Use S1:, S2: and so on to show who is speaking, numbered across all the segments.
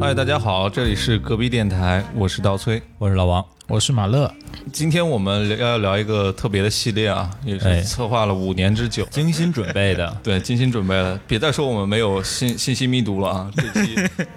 S1: 嗨，大家好，这里是隔壁电台，我是刀崔。
S2: 我是老王，
S3: 我是马乐，
S1: 今天我们聊要聊一个特别的系列啊，也
S2: 哎
S1: 是策划了五年之久，。
S2: 精心准备的
S1: 对，精心准备了。别再说我们没有信信息密度了啊，这 期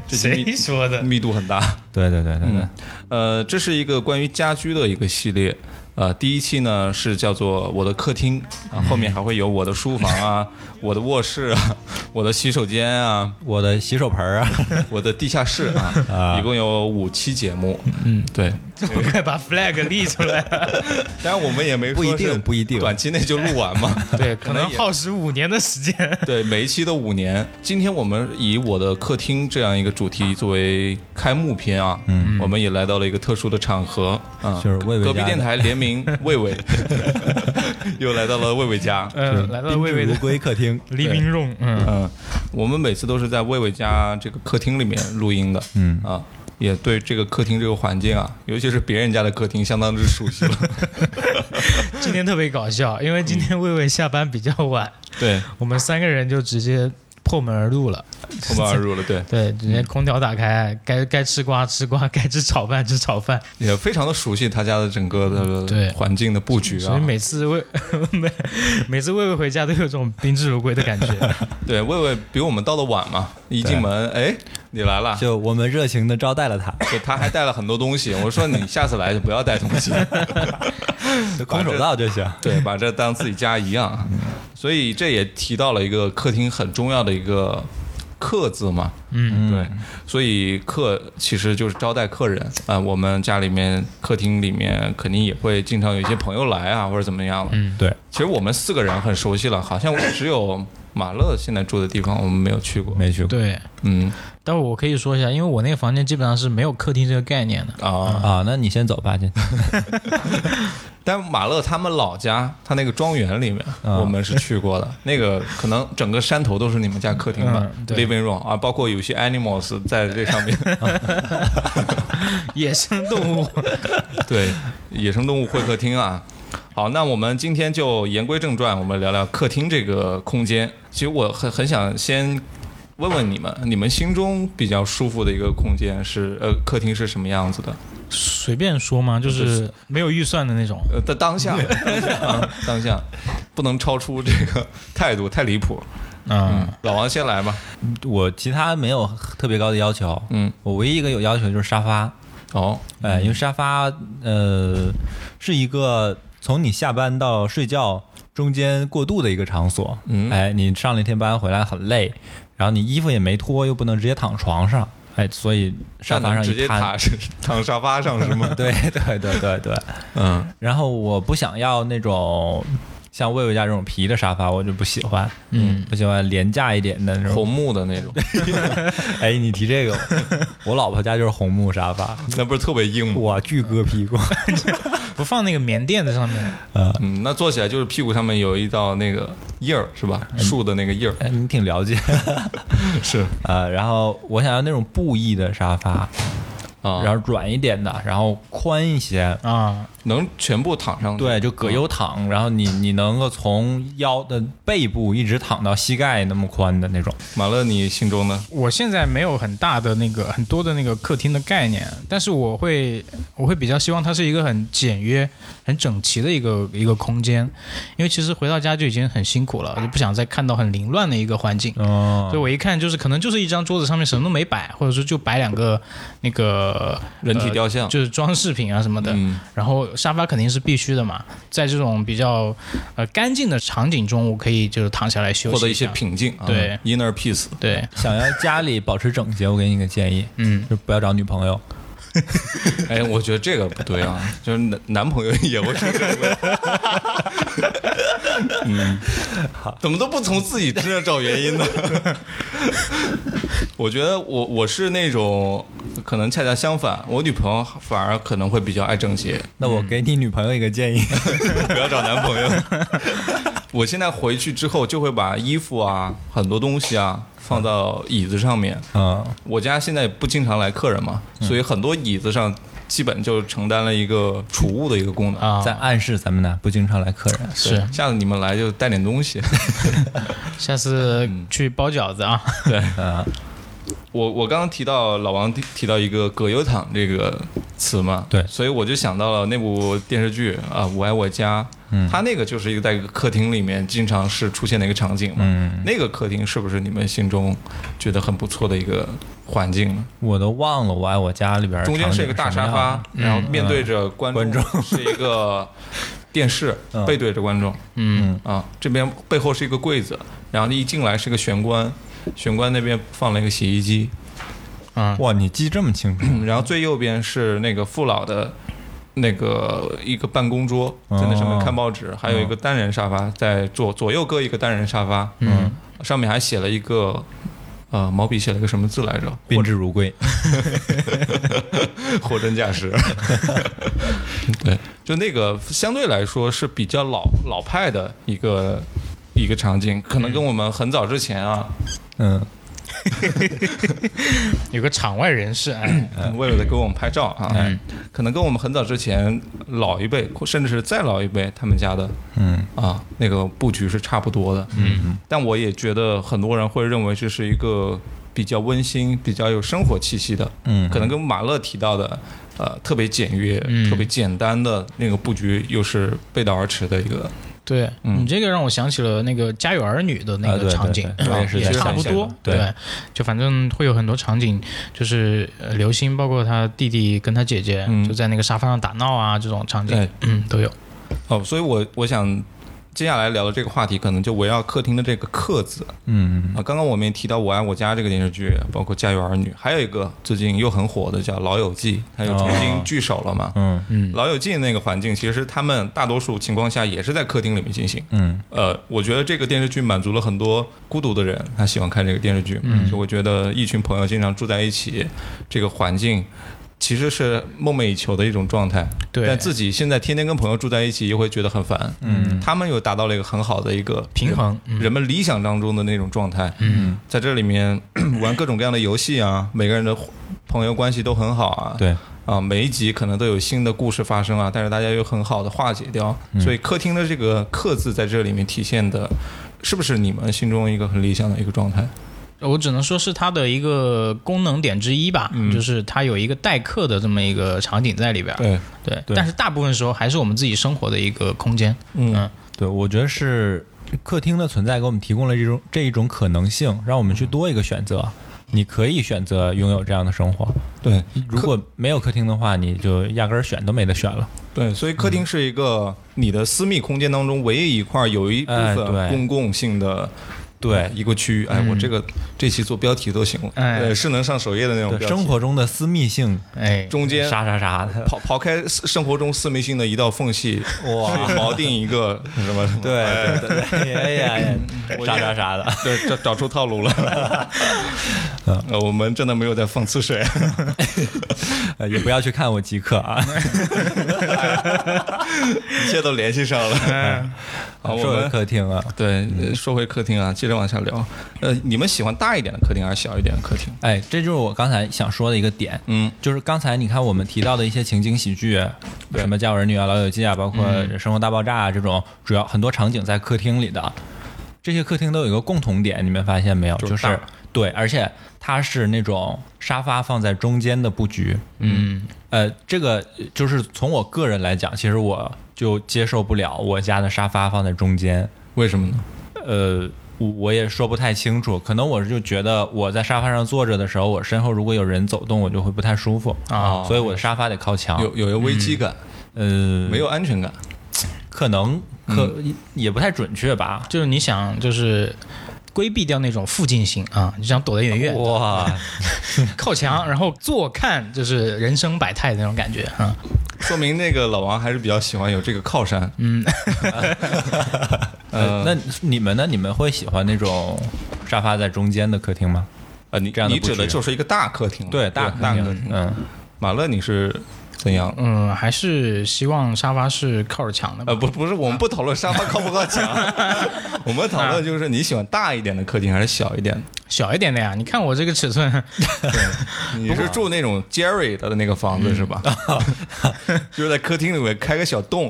S1: 这期密
S3: 说的？
S1: 密度很大。
S2: 对对对对
S3: 嗯
S2: 对，
S1: 呃，这是一个关于家居的一个系列。呃，第一期呢是叫做我的客厅
S2: 嗯
S1: 啊，后面还会有我的书房 啊、我的卧室啊、我的洗手间啊、
S2: 我的洗手盆儿啊，
S1: 我的地下室啊，一共有五期节目。嗯，对。
S3: 我 快把 flag 立出来了。
S1: 当然我们也没
S2: 不一定
S1: 说是
S2: 不一定
S1: 短期内就录 完嘛。
S3: 对，可能
S1: 能也
S3: 耗时五年的时间。
S1: 对，每一期都五年。今天我们以我的客厅这样一个主题作为开幕篇啊，嗯，我们也来到了一个特殊的场合啊，
S2: 就是魏魏
S1: 隔壁
S2: 家
S1: 电
S2: 的
S1: 台联名魏魏， 又来到了魏魏家。
S3: 嗯，来到魏魏
S2: 宾至
S3: 的
S2: 如归客 厅。
S3: living room，嗯，
S1: 嗯，我们每次都是在魏魏家这个客厅里面录音的，嗯啊，也对这个客厅这个环境啊，尤其是别人家的客厅，相当之熟悉了。
S3: 今天特别搞笑，因为今天魏魏下班比较晚，
S1: 对，
S3: 我们三个人就直接破门而入了。
S1: 破门而入了，对，
S3: 对，直接空调打开，该该吃瓜吃瓜， 该吃炒饭吃炒饭。
S1: 也非常的熟悉他家的整个
S3: 对
S1: 的环境的布局啊。
S3: 所以每次魏 每每次魏魏回家都有种宾至如归的感觉。
S1: 对，魏魏比我们到的晚嘛，一进门，哎，你来了，
S2: 就我们热情的招待 了他，
S1: 对，他还带了很多东西。我说你下次来就不要带东 西，
S2: 就空手道就行。
S1: 对，把这当自己家一样。所以这也提到了一个客厅很重要的一个“客”字嘛，嗯，对，所以客其实就是招待客人啊、我们家里面客厅里面肯定也会经常有一些朋友来啊，或者怎么样了。嗯，
S2: 对，
S1: 其实我们四个人很熟悉了，好像只有马乐现在住的地方我们没有去过。
S2: 没去过
S3: 对，
S1: 嗯
S3: 但我可以说一下，因为我那个房间基本上是没有客厅这个概念的。
S1: 啊。
S2: 啊，那你先走吧，这
S1: 但马勒他们老家，他那个庄园里面，
S2: 嗯
S1: 我们是去过的。那个可能整个山头都是你们家客厅吧、
S3: 嗯
S1: l
S3: 对
S1: i v i n g room 啊，包括有些 animals 在这上面，
S3: 野生动物。
S1: 对，野生动物会客厅啊。好，那我们今天就言归正传，我们聊聊客厅这个空间。其实我很很想先问问你们，你们心中比较舒服的一个空间是呃，客厅是什么样子的？
S3: 随便说嘛，就是没有预算的那种。
S1: 呃，当当下，当下啊，当下不能超出这个态度，太离谱。
S3: 嗯，
S1: 老王先来吧。
S2: 我其他没有特别高的要求，
S1: 嗯，
S2: 我唯一一个有要求就是沙发，
S1: 哦，
S2: 哎，因为沙发呃是一个从你下班到睡觉中间过渡的一个场所，
S1: 嗯
S2: 哎，你上了一天班回来很累，然后你衣服也没脱，又不能直接躺床上，哎，所以沙
S1: 站
S2: 发上
S1: 直
S2: 一
S1: 接
S2: 瘫
S1: 躺，躺沙发上是 吗？
S2: 对对对对对，
S1: 嗯，
S2: 然后我不想要那种像魏魏家这种皮的沙发，我就不喜欢，嗯，不喜欢廉价一点的那种
S1: 红。木的那种，
S2: 哎，你提这 个，我老婆家就是红木沙发，
S1: 那不是特别硬吗？
S2: 哇，巨割屁股。
S3: 不放那个棉垫在上面。
S1: 嗯，那坐起来就是屁股上面有一道那个印儿是吧？竖的那个印儿
S2: 哎，你挺了解
S1: 是
S2: 呃，然后我想要那种布艺的沙发，
S1: 啊，
S2: 嗯然后软一点的，然后宽一些，
S3: 啊，
S1: 能全部躺上去。
S2: 对，就葛优
S1: 嗯
S2: 躺，然后你你能够从腰的背部一直躺到膝盖那么宽的那种。
S1: 马乐，你心中呢？
S3: 我现在没有很大的那个很多的那个客厅的概念，但是我会我会比较希望它是一个很简约、很整齐的一个一个空间，因为其实回到家就已经很辛苦了，我就不想再看到很凌乱的一个环境。
S2: 嗯，
S1: 哦
S3: 所以我一看就是可能就是一张桌子上面什么都没摆，或者说就摆两个那个
S1: 人体
S3: 呃
S1: 雕像，
S3: 就是装饰品啊什么的。
S1: 嗯
S3: 然后沙发肯定是必须的嘛，在这种比较呃干净的场景中，我可以就是躺下来休息
S1: 获得一
S3: 下
S1: 些平静啊，
S3: 对
S1: ，inner peace。
S3: 对，
S2: 想要家里保持整洁，我给你个建议，
S3: 嗯，
S2: 就不要找女朋友。
S1: 哎，我觉得这个不对啊，就是男男朋友也会出这个问题。嗯，怎么都不从自己身上找原因呢？ 我觉得我我是那种可能恰恰相反，我女朋友反而可能会比较爱整洁，
S2: 那我给你女朋友一个建议，
S1: 不要找男朋友。 我现在回去之后就会把衣服啊、很多东西啊放到椅子上面，
S2: 嗯，
S1: 我家现在不经常来客人嘛，所以很多椅子上基本就承担了一个储物的一个功能。
S3: 啊，
S2: 在暗示咱们呢不经常来客人，
S1: 对
S3: 是
S1: 下次你们来就带点东西。 嗯
S3: 下次去包饺子啊，
S1: 对，
S2: 嗯，
S1: 我我刚刚提到老王提提到一个葛优躺这个词嘛，
S2: 对
S1: 所以我就想到了那部电视剧啊，《我爱我家》，
S2: 嗯
S1: 它那个就是一个在一个客厅里面经常是出现的一个场景嘛，
S2: 嗯，
S1: 那个客厅是不是你们心中觉得很不错的一个环境呢？
S2: 我都忘了我爱我家里边儿
S1: 中间
S2: 场
S1: 是
S2: 景
S1: 一个大
S2: 什
S1: 沙
S2: 么样
S1: 发，，然后面对着观
S2: 观众
S1: 是一个电视
S2: 嗯，
S1: 背对着观众
S3: 嗯
S1: 啊，这边背后是一个柜子，然后一进来是一个玄关，玄关那边放了一个洗衣机，
S3: 啊，
S2: 哇，你记这么清楚？
S1: 嗯然后最右边是那个父老的。那个一个办公桌在那
S2: 哦
S1: 上面看报纸，还有一
S2: 嗯
S1: 个单人沙发，在左左右各一个单人沙发，
S3: 嗯，
S1: 上面还写了一个，呃，毛笔写了个什么字来着？
S2: 宾至如归，
S1: 货真价实。对，就那个相对来说是比较老老派的一个一个场景，可能跟我们很早之前啊，
S2: 嗯，
S3: 有个场外人士，哎，
S1: 为了给我们拍照啊，
S3: 嗯
S1: 可能跟我们很早之前老一辈，甚至是再老一辈他们家的
S2: 嗯
S1: 啊那个布局是差不多的。嗯，但我也觉得很多人会认为这是一个比较温馨、比较有生活气息的，
S2: 嗯，
S1: 可能跟马勒提到的，呃，特别简约、
S3: 嗯
S1: 特别简单的那个布局，又是背道而驰的一个。
S3: 对
S1: 嗯
S3: 你这个让我想起了那个《家有儿女》的那
S2: 啊
S3: 个
S2: 对
S3: 场景
S2: 对，对
S3: 啊
S2: 我也是在
S3: 差不
S1: 想
S3: 多
S1: 的，
S2: 对
S3: 对，就反正会有很多场景，就是呃刘星包括他弟弟跟他姐姐
S1: 嗯
S3: 就在那个沙发上打闹啊，这种场景
S1: 对，
S3: 嗯，都有，
S1: 哎哦，所以我我想接下来聊的这个话题，可能就围绕客厅的这个“客”字
S2: 嗯
S1: 啊。刚刚我们也提到《我爱我家》这个电视剧，包括《家有儿女》，还有一个最近又很火的叫《老友记》，它又重新聚首了嘛。
S2: 嗯
S3: 哦嗯
S1: 老友记那个环境，其实他们大多数情况下也是在客厅里面进行。
S2: 嗯
S1: 呃，我觉得这个电视剧满足了很多孤独的人，他喜欢看这个电视剧。嗯，所以我觉得一群朋友经常住在一起，这个环境其实是梦寐以求的一种状态。
S3: 对
S1: 但自己现在天天跟朋友住在一起，又会觉得很烦。嗯，他们又达到了一个很好的一个
S3: 平衡嗯
S1: 人人们理想当中的那种状态。嗯，在这里面 玩各种各样的游戏啊，每个人的朋友关系都很好啊。。
S2: 对，
S1: 啊，每一集可能都有新的故事发生啊，但是大家又很好的化解掉，
S2: 嗯
S1: 所以客厅的这个“客”字在这里面体现的，是不是你们心中一个很理想的一个状态？
S3: 我只能说是它的一个功能点之一吧，
S1: 嗯
S3: 就是它有一个待客的这么一个场景在里边儿。
S1: 对，
S3: 对
S2: 对
S3: 但是大部分时候还是我们自己生活的一个空间。
S1: 嗯
S2: 对，我觉得是客厅的存在给我们提供了这种这一种可能性，让我们去多一个选择。你可以选择拥有这样的生活，
S1: 对
S2: 如果没有客厅的话，你就压根儿选都没得选了。
S1: 对，所以客厅是一个你的私密空间当中唯一一块有一部
S2: 哎
S1: 分
S2: 对
S1: 公共性的。
S2: 对嗯
S1: 一个区域，哎，我这个这期做标题都行了，
S3: 哎
S1: 对，是能上首页的那种
S2: 对，
S1: 标题。
S2: 生活中的私密性，
S3: 哎，
S1: 中间
S2: 啥啥啥的，
S1: 刨刨开生活中私密性的一道缝隙，
S2: 哇
S1: 去锚定一个什么什么，
S2: 对对对，哎呀呀，啥啥啥的，
S1: 对，找找出套路 了。呃，我们真的没有在讽刺谁，
S2: 呃也不要去看我即刻啊。
S1: 一切都联系上了。 好，我
S2: 哎说回
S1: 们
S2: 客厅啊，
S1: 对呃说回客厅啊，接着往下聊。呃，你们喜欢大一点的客厅还是小一点的客厅？
S2: 哎，这就是我刚才想说的一个点，
S1: 嗯，
S2: 就是刚才你看我们提到的一些情景喜剧，
S1: 对
S2: 什么《家有儿女》啊、《老友记》啊，包括《生活大爆炸》啊这种，主要很多场景在客厅里的。这些客厅都有一个共同点，你们发现没有？
S1: 就
S2: 就是
S1: 大
S2: 是对，而且它是那种沙发放在中间的布局。
S3: 嗯
S2: 呃，这个就是从我个人来讲，其实我就接受不了我家的沙发放在中间。
S1: 为什么呢？
S2: 呃，我我也说不太清楚，可能我就觉得我在沙发上坐着的时候，我身后如果有人走动，我就会不太舒服
S3: 啊
S2: 所以我的沙发得靠墙。
S1: 有有一个危机感，
S2: 呃，
S1: 没有嗯安全感。
S2: 可能可、也不太准确吧。
S3: 就是你想就是规避掉那种附近性啊，你想躲得远远
S1: 哦
S3: 的，
S2: 哇，
S3: 靠墙，然后坐看就是人生百态的那种感觉啊。
S1: 说明那个老王还是比较喜欢有这个靠山。
S2: 嗯呃，那你们呢？你们会喜欢那种沙发在中间的客厅吗？
S1: 啊，你
S2: 这样的
S1: 你指
S2: 布
S1: 的
S2: 局
S1: 就是一个大客厅嘛，
S2: 对，大
S1: 大客
S2: 厅，嗯，
S1: 马乐，你是怎样？
S3: 嗯，还是希望沙发是靠着墙的吧。
S1: 呃，不，不是，我们不讨论沙发靠不靠 墙，我们讨论就是你喜欢大一点的客厅还是小一点的？
S3: 小一点的呀。你看我这个尺寸，
S1: 你是住那种 Jerry 的那个房子是吧？嗯 就是在客厅里面开个小洞，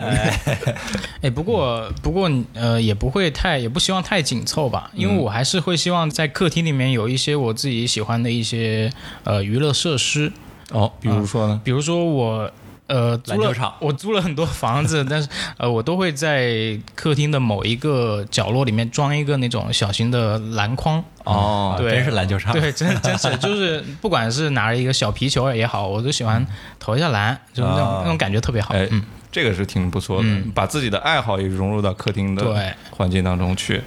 S3: 哎，不过不过呃也不会太，也不希望太紧凑吧，因为
S2: 嗯
S3: 我还是会希望在客厅里面有一些我自己喜欢的一些呃娱乐设施，
S1: 哦，比如说呢？
S3: 比如说我。呃，租
S2: 篮球
S3: 了
S2: 场
S3: 我租了很多房子，但是呃，我都会在客厅的某一个角落里面装一个那种小型的篮筐，
S1: 哦
S2: 啊
S3: 对
S2: 真是篮球场。
S3: 对，真真是就是，不管是拿着一个小皮球也好，我都喜欢投一下篮，就是那种、
S2: 嗯啊
S3: 那种感觉特别好。
S1: 哎，这个是挺不错的，把自己的爱好也融入到客厅的
S3: 对
S1: 环境当中去。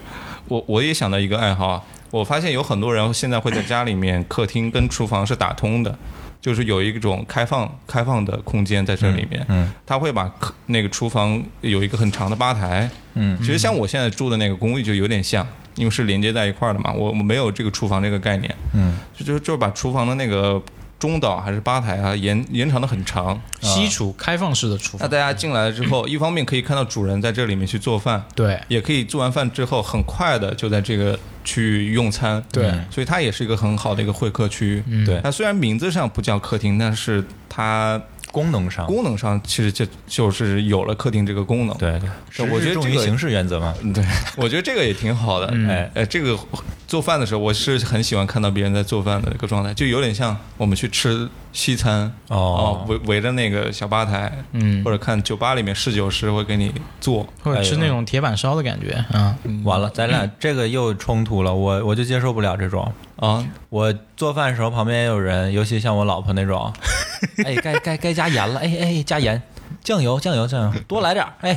S1: 我我也想到一个爱好啊，我发现有很多人现在会在家里面客厅跟厨房是打通的。就是有一种开放开放的空间在这里面，
S2: 嗯
S1: 他会把客那个厨房有一个很长的吧台，
S2: 嗯
S1: 其实像我现在住的那个公寓就有点像，因为是连接在一块儿的嘛，我我没有这个厨房这个概念，
S2: 嗯，
S1: 就就就是把厨房的那个中岛还是吧台啊延延长的很长，
S3: 西
S2: 啊
S3: 厨开放式的厨
S1: 那
S3: 房，
S1: 大家进来了之后，一方面可以看到主人在这里面去做饭，
S3: 对
S1: 也可以做完饭之后很快的就在这个区域用餐。
S3: 对
S1: 所以它也是一个很好的一个会客区域。
S3: 嗯
S2: 对，
S1: 它虽然名字上不叫客厅，但是它
S2: 功能
S3: 啊
S2: 上，
S1: 功能上其实就就是有了客厅这个功能。
S2: 对对，
S1: 对我觉得
S2: 重
S1: 这
S2: 于
S1: 个
S2: 形式原则嘛。
S1: 嗯对， 我觉得这个也挺好的。
S2: 哎，
S1: 呃，这个做饭的时候，我是很喜欢看到别人在做饭的一个状态，就有点像我们去吃西餐
S2: 哦
S1: 围围着那个小吧台，
S3: 嗯
S1: 或，者看酒吧里面侍酒师会给你做，
S3: 或
S2: 哎
S3: 者吃那种铁板烧的感觉啊。
S1: 嗯
S2: 完了，咱俩这个又冲突了，我我就接受不了这种。
S1: 啊，
S2: 我做饭的时候旁边也有人，尤其像我老婆那种， 哎，该该该加盐了，哎哎，加盐，酱油酱油酱油，多来点儿，哎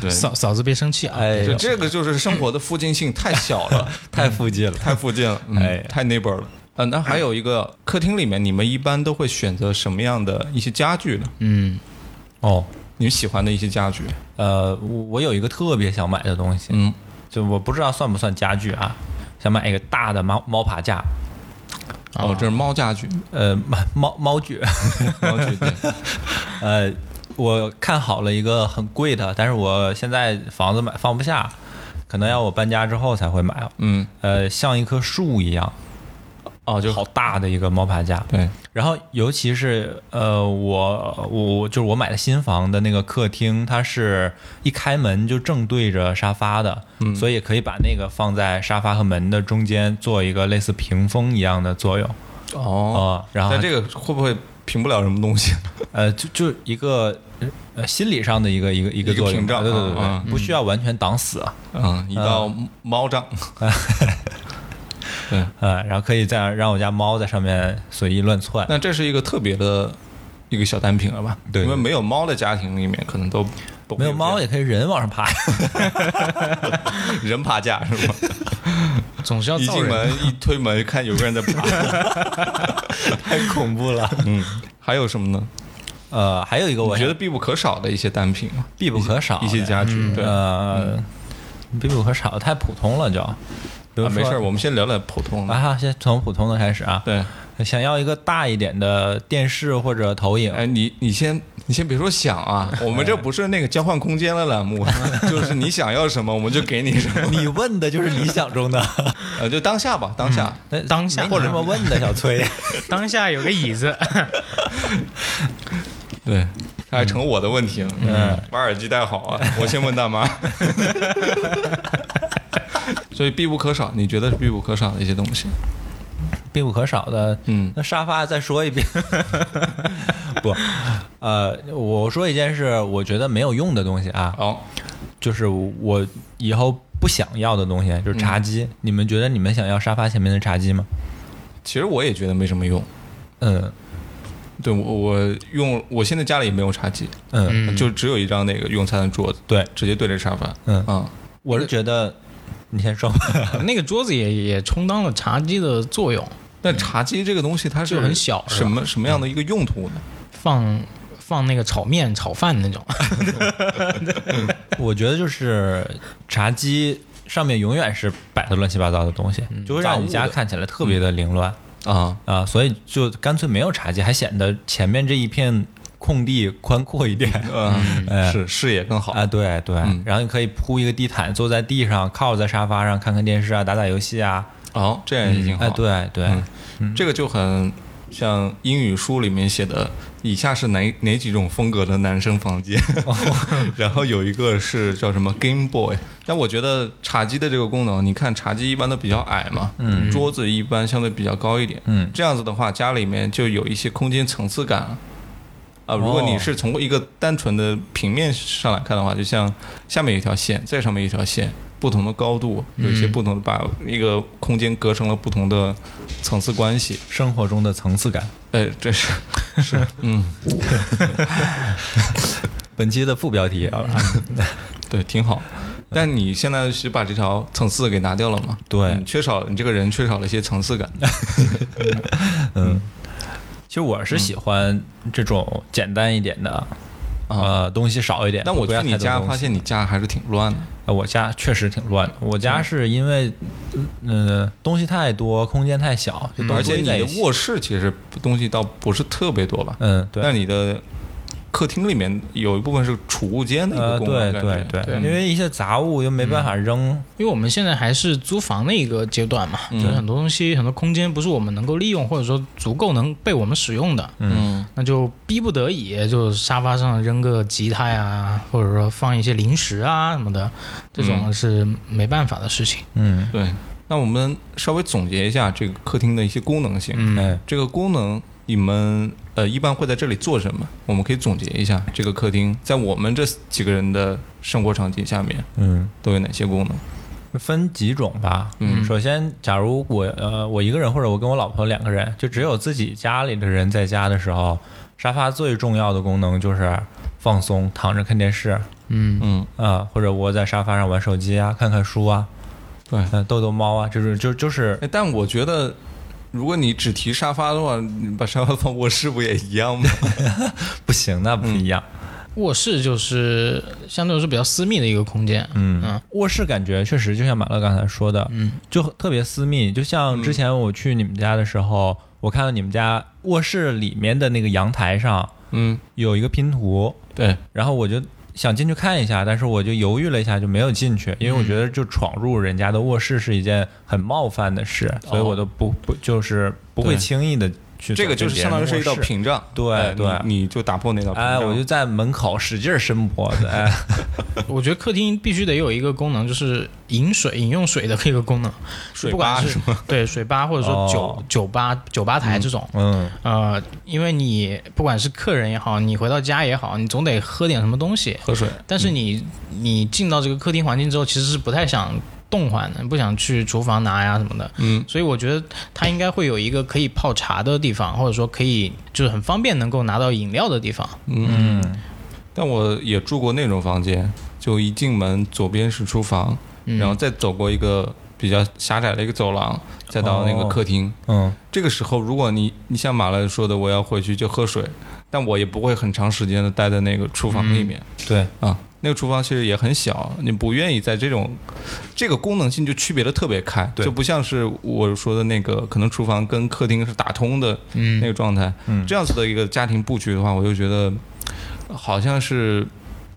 S1: 对
S3: 嫂嫂子别生气啊，
S2: 哎
S1: 就
S2: 呦，
S1: 这个就是生活的附近性太小了，
S2: 太附近了。
S1: 太附近了，嗯
S2: 哎
S1: 太 neighbor 了。呃，那还有一个客厅里面，你们一般都会选择什么样的一些家具呢？
S3: 嗯
S2: 哦，
S1: 你们喜欢的一些家具？
S2: 呃，我我有一个特别想买的东西，
S1: 嗯，
S2: 就我不知道算不算家具啊，想买一个大的猫猫爬架，
S1: 哦，这是猫家具，
S2: 呃，猫猫 猫具，
S1: 猫具对，
S2: 呃，我看好了一个很贵的，但是我现在房子买放不下，可能要我搬家之后才会买。
S1: 嗯，
S2: 呃，像一棵树一样，
S1: 哦，就
S2: 好大的一个猫爬架。
S1: 对，
S2: 然后，尤其是呃，我我就是我买的新房的那个客厅，它是一开门就正对着沙发的，
S1: 嗯
S2: 所以也可以把那个放在沙发和门的中间，做一个类似屏风一样的作用啊、呃
S1: 哦，
S2: 然后
S1: 但这个会不会屏不了什么东西？
S2: 呃，就就一个呃心理上的一个一个一个
S1: 一个
S2: 作用
S1: 屏
S2: 吧
S1: 障
S2: 对对对
S1: 啊啊
S2: 对，不需要完全挡死啊，
S1: 嗯，一道猫杖，对，
S2: 呃，然后可以再让我家猫在上面随意乱窜。
S1: 那这是一个特别的一个小单品了吧？
S2: 对
S1: 因为没有猫的家庭里面可能都不会
S2: 没有猫
S1: 这
S2: 也可以人往上爬，
S1: 样人爬架 是吧？
S3: 总是要
S1: 一
S3: 造
S1: 进
S3: 人。
S1: 门一推门，看有个人在爬。
S2: 太恐怖了。
S1: 嗯，还有什么呢？
S2: 呃，还有一个
S1: 我
S2: 我
S1: 觉得必不可少的一些单品啊，
S2: 必不可少
S1: 一些
S2: 的
S1: 家具。对，啊
S2: 呃，必不可少，太普通了就。比如说
S1: 啊没事儿，我们先聊聊普通的。
S2: 啊，先从普通的开始啊。
S1: 对，
S2: 想要一个大一点的电视或者投影，
S1: 哎，你你先你先别说想 啊，我们这不是那个交换空间的栏目，就是你想要什么我们就给你什么，
S2: 你问的就是理想 中的。
S1: 呃，就当下吧，当下。
S2: 那
S3: 当下
S2: 没你这么问的小崔，
S3: 当下有个椅子，
S1: 对，这还成我的问题了。嗯，把耳机戴好啊， 我先问大妈。所以必不可少，你觉得是必不可少的一些东西？
S2: 必不可少的。
S1: 嗯
S2: 那沙发再说 一遍，不，呃，我说一件事，我觉得没有用的东西啊，
S1: 哦，
S2: 就是我以后不想要的东西，
S1: 嗯
S2: 就是茶几。你们觉得你们想要沙发前面的茶几吗？
S1: 其实我也觉得没什么用。
S2: 嗯
S1: 对我，我用我现在家里也没有茶几，
S2: 嗯，
S3: 嗯
S1: 就只有一张那个用餐的桌子，
S2: 对，
S1: 直接对着沙发。
S2: 嗯
S1: 啊，
S2: 我是觉得，你先说吧。
S3: 那个桌子也也充当了茶几的作用，
S1: 那茶几这个东西它是嗯
S3: 就很小是吧
S1: 什么什么样的一个用途呢？
S3: 放放那个炒面、炒饭那种。
S2: 我觉得就是茶几上面永远是摆的乱七八糟的东西，就会让你
S1: 杂嗯
S2: 家
S1: 物的
S2: 看起来特别的凌乱。
S1: 啊，
S2: 啊，所以就干脆没有茶几，还显得前面这一片空地宽阔一点。
S1: 嗯，
S2: 哎
S1: 是视野 更好。嗯
S2: 啊，对对，然后你可以铺一个地毯，坐在地上，靠在沙发上看看电视啊，打打游戏啊。
S1: 哦，这样也挺好。
S2: 哎，对对，
S1: 嗯这个就很像英语书里面写的，以下是哪哪几种风格的男生房间， 然后有一个是叫什么 Game Boy，但我觉得茶几的这个功能，你看茶几一般都比较矮嘛，嗯，桌子一般相对比较高一点，
S2: 嗯
S1: 这样子的话，家里面就有一些空间层次感了。啊，如果你
S2: 哦
S1: 是从一个单纯的平面上来看的话，就像下面一条线，再上面一条线，不同的高度，有一些不同的，把一个空间隔成了不同的层次关系。
S2: 生活中的层次感。
S1: 哎， 这是是，嗯，
S2: 本期的副标题
S1: 嗯
S2: 啊，
S1: 对，挺好。
S2: 嗯
S1: 但你现在是把这条层次给拿掉了嘛？
S2: 对
S1: 你缺少你这个人缺少了一些层次感。
S2: 其实我是喜欢这种简单一点的，呃，东西少一点。
S1: 啊但我
S2: 不
S1: 去
S2: 要
S1: 你
S2: 太多
S1: 家
S2: 东西
S1: 发现你家还是挺乱的。
S2: 呃我家确实挺乱的。我家是因为，呃，东西太多，空间太小，就都
S1: 嗯而且
S2: 堆
S1: 你
S2: 嗯在
S1: 的
S2: 一起
S1: 卧室其实东西倒不是特别多吧？
S2: 嗯，对
S1: 但，你的客厅里面有一部分是储物间的一
S2: 呃，
S1: 个功能，感
S2: 对对
S1: 觉嗯
S2: 对，
S3: 对
S2: 因为一些杂物又没办法扔，
S3: 因为我们现在还是租房的一个阶段嘛，
S1: 嗯
S3: 就是很多东西、很多空间不是我们能够利用，或者说足够能被我们使用的，
S1: 嗯，
S3: 那就逼不得已，就沙发上扔个吉他呀，或者说放一些零食啊什么的，这
S1: 嗯
S3: 种是没办法的事情。
S2: 嗯，
S1: 对。那我们稍微总结一下这个客厅的一些功能性。
S2: 哎，
S1: 这个功能你们呃一般会在这里做什么？我们可以总结一下这个客厅在我们这几个人的生活场景下面
S2: 嗯，
S1: 都有哪些功能？
S2: 分几种吧。
S1: 嗯
S2: 首先，假如我呃我一个人或者我跟我老婆两个人，就只有自己家里的人在家的时候，沙发最重要的功能就是放松，躺着看电视啊、
S3: 嗯，
S1: 嗯，
S2: 或者窝在沙发上玩手机啊，看看书啊，
S1: 对。
S2: 嗯、逗逗猫啊，就是就就是
S1: 哎，但我觉得。如果你只提沙发的话，你把沙发放卧室不也一样吗？
S2: 不行，那不一样。
S1: 嗯
S3: 卧室就是相对来说比较私密的一个空间。
S2: 嗯，
S3: 嗯
S2: 卧室感觉确实就像马乐刚才说的，
S3: 嗯，
S2: 就特别私密。就像之前我去你们家的时候，
S1: 嗯
S2: 我看到你们家卧室里面的那个阳台上
S1: 嗯，
S2: 有一个拼图，
S1: 对，
S2: 然后我就想进去看一下，但是我就犹豫了一下，就没有进去，因为我觉得就闯入人家的卧室是一件很冒犯的事，所以我都不不就是不会
S1: 对
S2: 轻易的去
S1: 哦这个
S2: 走
S1: 就
S2: 进
S1: 是
S2: 别
S1: 相
S2: 人的
S1: 当于
S2: 卧
S1: 是一道
S2: 室。
S1: 屏障，
S2: 对
S1: 哎
S2: 对
S1: 你你就打破那道屏
S2: 哎，
S1: 障。
S2: 我就在门口使劲伸脖子， 哎，
S3: 我觉得客厅必须得有一个功能，就是饮水、饮用水的一个功能，
S1: 水
S3: 不管
S1: 吧
S3: 是
S1: 是吗？
S3: 对 水吧或者说酒、
S2: 哦
S3: 酒吧、酒吧台这种。
S2: 嗯，
S3: 呃，因为你不管是客人也好，你回到家也好，你总得喝点什么东西。
S1: 喝水，
S3: 但是你、
S1: 嗯
S3: 你进到这个客厅环境之后，其实是不太想动换的，不想去厨房拿呀什么的。
S1: 嗯，
S3: 所以我觉得它应该会有一个可以泡茶的地方，或者说可以就是很方便能够拿到饮料的地方。
S1: 嗯，但我也住过那种房间，就一进门左边是厨房，
S3: 嗯
S1: 然后再走过一个比较狭窄的一个走廊，再到那个
S2: 哦
S1: 客厅。
S2: 嗯，
S1: 这个时候，如果你你像马来说的，我要回去就喝水，但我也不会很长时间的待在那个厨房里面、
S2: 对，
S1: 啊。那个厨房其实也很小，你不愿意在这种这个功能性就区别的特别开，
S2: 对
S1: 就不像是我说的那个可能厨房跟客厅是打通的
S3: 嗯
S1: 那个状态。
S2: 嗯
S1: 这样子的一个家庭布局的话，我就觉得好像是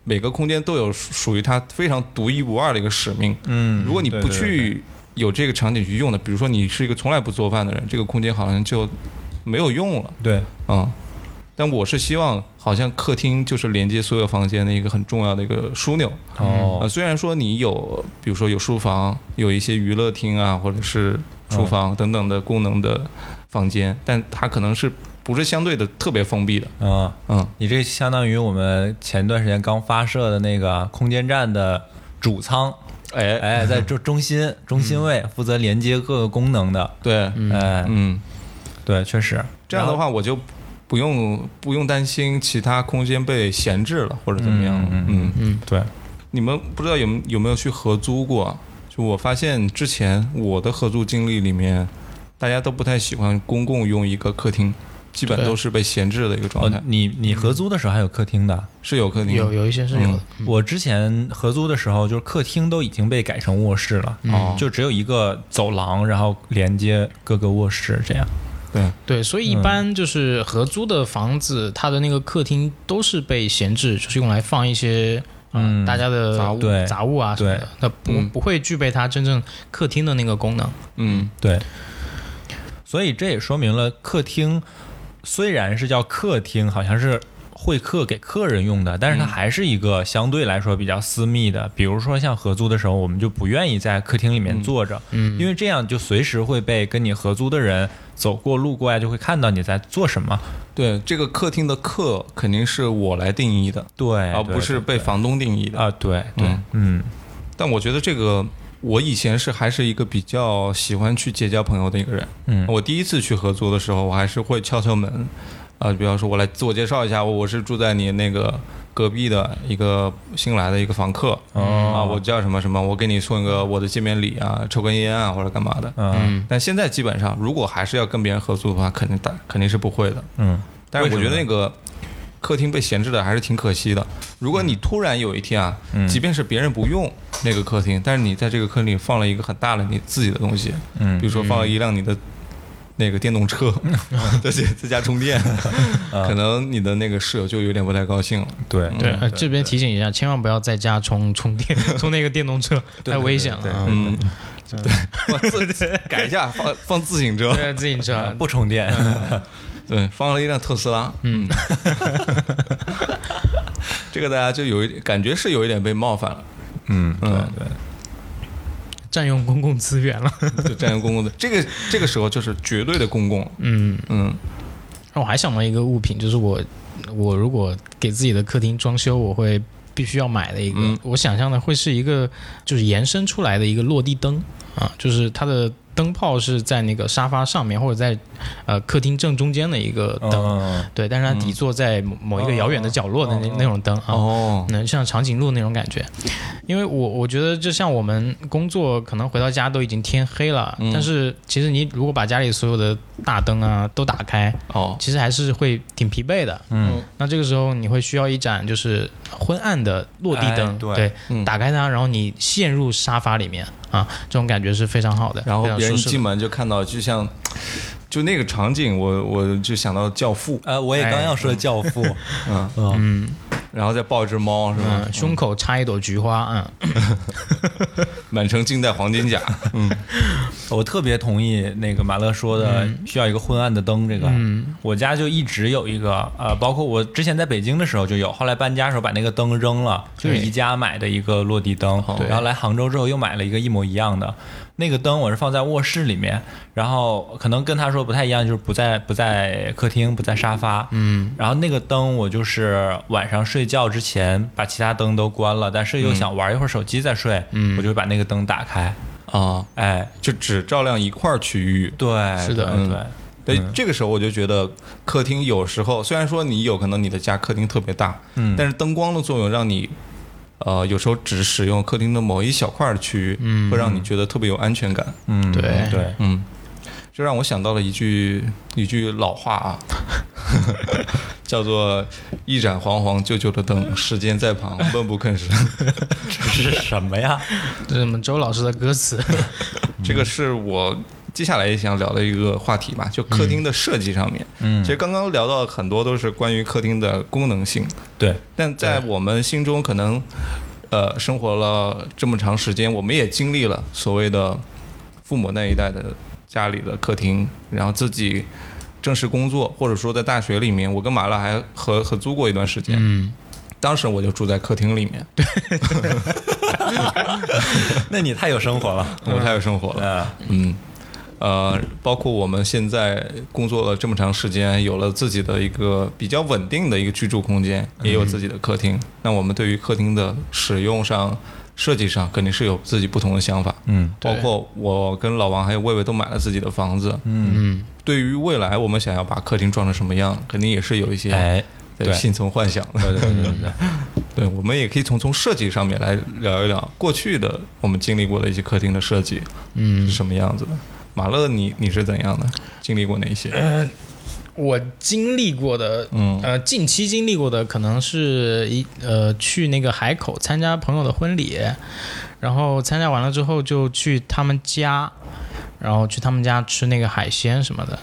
S1: 每个空间都有属属于它非常独一无二的一个使命。
S2: 嗯，
S1: 如果你
S2: 对
S1: 不
S2: 对对
S1: 去有这个场景去用的，比如说你是一个从来不做饭的人，这个空间好像就没有用了，
S2: 对，
S1: 嗯。但我是希望，好像客厅就是连接所有房间的一个很重要的一个枢纽。
S2: 哦
S1: 啊，，虽然说你有，比如说有书房，有一些娱乐厅啊，或者是厨房等等的功能的房间，但它可能是不是相对的特别封闭的？
S2: 嗯，
S1: 嗯，
S2: 你这相当于我们前段时间刚发射的那个空间站的主仓，
S1: 哎
S2: 哎，在中中心中心位负责连接各个功能的，
S1: 对，
S2: 哎，
S1: 嗯，
S2: 对，确实
S1: 这样的话我就不用不用担心其他空间被闲置了或者怎么样了。
S2: 嗯
S1: 嗯，
S2: 对，
S1: 你们不知道有有没有去合租过啊？就我发现之前我的合租经历里面，大家都不太喜欢公共用一个客厅，基本
S3: 对
S1: 都是被闲置的一个状
S2: 哦
S1: 态，，
S2: 你你合租的时候还有客厅的，
S1: 是有客厅
S3: 有有一些是有的。
S1: 嗯
S2: 我之前合租的时候就是客厅都已经被改成卧室了，
S1: 哦
S2: 就只有一个走廊，然后连接各个卧室这样，
S1: 对，
S3: 对，所以一般就是合租的房子，它的那个客厅都是被闲置，就是用来放一些。
S2: 嗯
S3: 大家的
S1: 杂
S2: 物对
S3: 杂物啊什么的
S2: 对，
S3: 它不、
S1: 嗯
S3: 不会具备它真正客厅的那个功能。
S1: 嗯
S2: 对，所以这也说明了客厅虽然是叫客厅，好像是会客给客人用的，但是它还是一个相对来说比较私密的。比如说像合租的时候，我们就不愿意在客厅里面坐着，
S3: 嗯
S2: 因为这样就随时会被跟你合租的人走过路过呀，就会看到你在做什么。
S1: 对，这个客厅的客肯定是我来定义的，
S2: 对，
S1: 而
S2: 哎对
S1: 不是
S2: 对
S1: 被房东定义的。
S2: 啊，对对
S1: 嗯，
S2: 嗯
S1: 但我觉得这个，我以前是还是一个比较喜欢去结交朋友的一个人。
S2: 嗯
S1: 我第一次去合租的时候，我还是会敲敲门，啊、比方说我来自我介绍一下，我我是住在你那个隔壁的一个新来的一个房客，
S2: 哦
S1: 啊，我叫什么什么，我给你送一个我的见面礼啊，抽根烟啊或者干嘛的。
S2: 嗯
S3: 嗯，
S1: 但现在基本上，如果还是要跟别人合租的话，肯定大肯定是不会的。
S2: 嗯
S1: 但是
S2: 为
S1: 我
S2: 什
S1: 觉得
S2: 么
S1: 那个客厅被闲置的还是挺可惜的。如果你突然有一天啊，
S2: 嗯
S1: 即便是别人不用那个客厅，但是你在这个客厅里放了一个很大的你自己的东西，比
S2: 嗯
S1: 如说放了一辆你的那个电动 车，在家在家充电，
S2: 啊
S1: 可能你的那个室友就有点不太高兴了。
S2: 对
S3: 对，呃这边提醒一下，千万不要在家充充 电，充那个电动车，太危险了啊。
S1: 嗯，
S4: 对
S1: 对， 放自改一下，放放自行车，
S3: 对，自行车，
S2: 嗯不充电，
S1: 对，放了一辆特斯拉，
S3: 嗯，
S1: 这个大家就有一点感觉是有一点被冒犯了。
S2: 嗯对
S1: 嗯
S2: 对，
S3: 占用公共资源了。
S1: 就占用公共的这个这个时候就是绝对的公共了，
S3: 嗯，
S1: 嗯，
S3: 那我还想到一个物品，就是我我如果给自己的客厅装修，我会必须要买的一个，
S1: 嗯
S3: 我想象的会是一个就是延伸出来的一个落地灯啊，就是它的灯泡是在那个沙发上面或者在呃客厅正中间的一个灯，
S2: 嗯
S3: 对，但是它底座在某某一个遥远的角落的那、那种灯啊。
S1: 嗯哦，
S3: 能像长颈鹿那种感觉，因为我我觉得就像我们工作可能回到家都已经天黑了，
S1: 嗯
S3: 但是其实你如果把家里所有的大灯啊都打开，
S1: 哦，
S3: 其实还是会挺疲惫的。
S2: 嗯
S3: 那这个时候你会需要一盏就是昏暗的落地灯，
S2: 哎对
S1: 嗯
S3: 打开它，然后你陷入沙发里面啊，这种感觉是非常好的。
S1: 然后
S3: 非常
S1: 别人
S3: 舒适的
S1: 进门就看到，就像就那个场景，我我就想到《教父》，
S2: 呃，我也刚要说《教父》，
S1: 嗯
S2: 嗯
S1: 然后再抱一只猫，是吧？
S3: 嗯，胸口插一朵菊花，嗯，
S1: 满城尽带黄金甲，嗯，
S2: 我特别同意那个马乐说的，需要一个昏暗的灯。这个，我家就一直有一个，呃，包括我之前在北京的时候就有，后来搬家的时候把那个灯扔了，就是宜家买的一个落地灯，然后来杭州之后又买了一个一模一样的。那个灯我是放在卧室里面，然后可能跟他说不太一样，就是不在不在客厅，不在沙发，嗯，然后那个灯我就是晚上睡觉之前把其他灯都关了，但是又想玩一会儿手机再睡，嗯，我就会把那个灯打开，
S3: 哦
S1: 啊，
S2: 哎，
S1: 就只照亮一块区域。
S2: 对，
S3: 是的
S2: 对
S1: 嗯
S2: 对，
S1: 对，这个时候我就觉得客厅有时候虽然说你有可能你的家客厅特别大，
S2: 嗯
S1: 但是灯光的作用让你。呃，有时候只使用客厅的某一小块儿的区域，
S3: 嗯
S1: 会让你觉得特别有安全感。
S2: 嗯，
S3: 对
S2: 对，
S1: 嗯，这让我想到了一句一句老话啊， 叫做“一盏黄黄旧旧的灯，时间在旁，闷不吭声
S2: 这是什么呀？
S3: 这是我们周老师的歌词，”。
S1: 这个是我接下来也想聊的一个话题吧，就客厅的设计上面。
S2: 嗯
S1: 其实刚刚聊到很多都是关于客厅的功能性，
S2: 对，
S1: 但在我们心中可能，呃，生活了这么长时间，我们也经历了所谓的父母那一代的家里的客厅，然后自己正式工作，或者说在大学里面，我跟马乐还合合租过一段时间。
S3: 嗯，
S1: 当时我就住在客厅里面，
S2: 那你太有生活了。
S1: 我太有生活了。
S2: 啊，
S1: 嗯，呃，包括我们现在工作了这么长时间，有了自己的一个比较稳定的一个居住空间，也有自己的客厅。那我们对于客厅的使用上、设计上，肯定是有自己不同的想法。
S2: 嗯
S1: 包
S3: 对
S1: 括我跟老王还有魏魏都买了自己的房子，
S2: 嗯，
S3: 嗯，
S1: 对于未来我们想要把客厅装成什么样，肯定也是有一些
S2: 哎，对
S1: 心存幻想的。
S2: 对对对 对对，
S1: 对，我们也可以从从设计上面来聊一聊过去的我们经历过的一些客厅的设计，嗯，是什么样子的。马乐你，你是怎样的？经历过哪些？
S3: 我经历过的，
S1: 嗯
S3: 呃，近期经历过的可能是一呃去那个海口参加朋友的婚礼，然后参加完了之后就去他们家，然后去他们家吃那个海鲜什么的，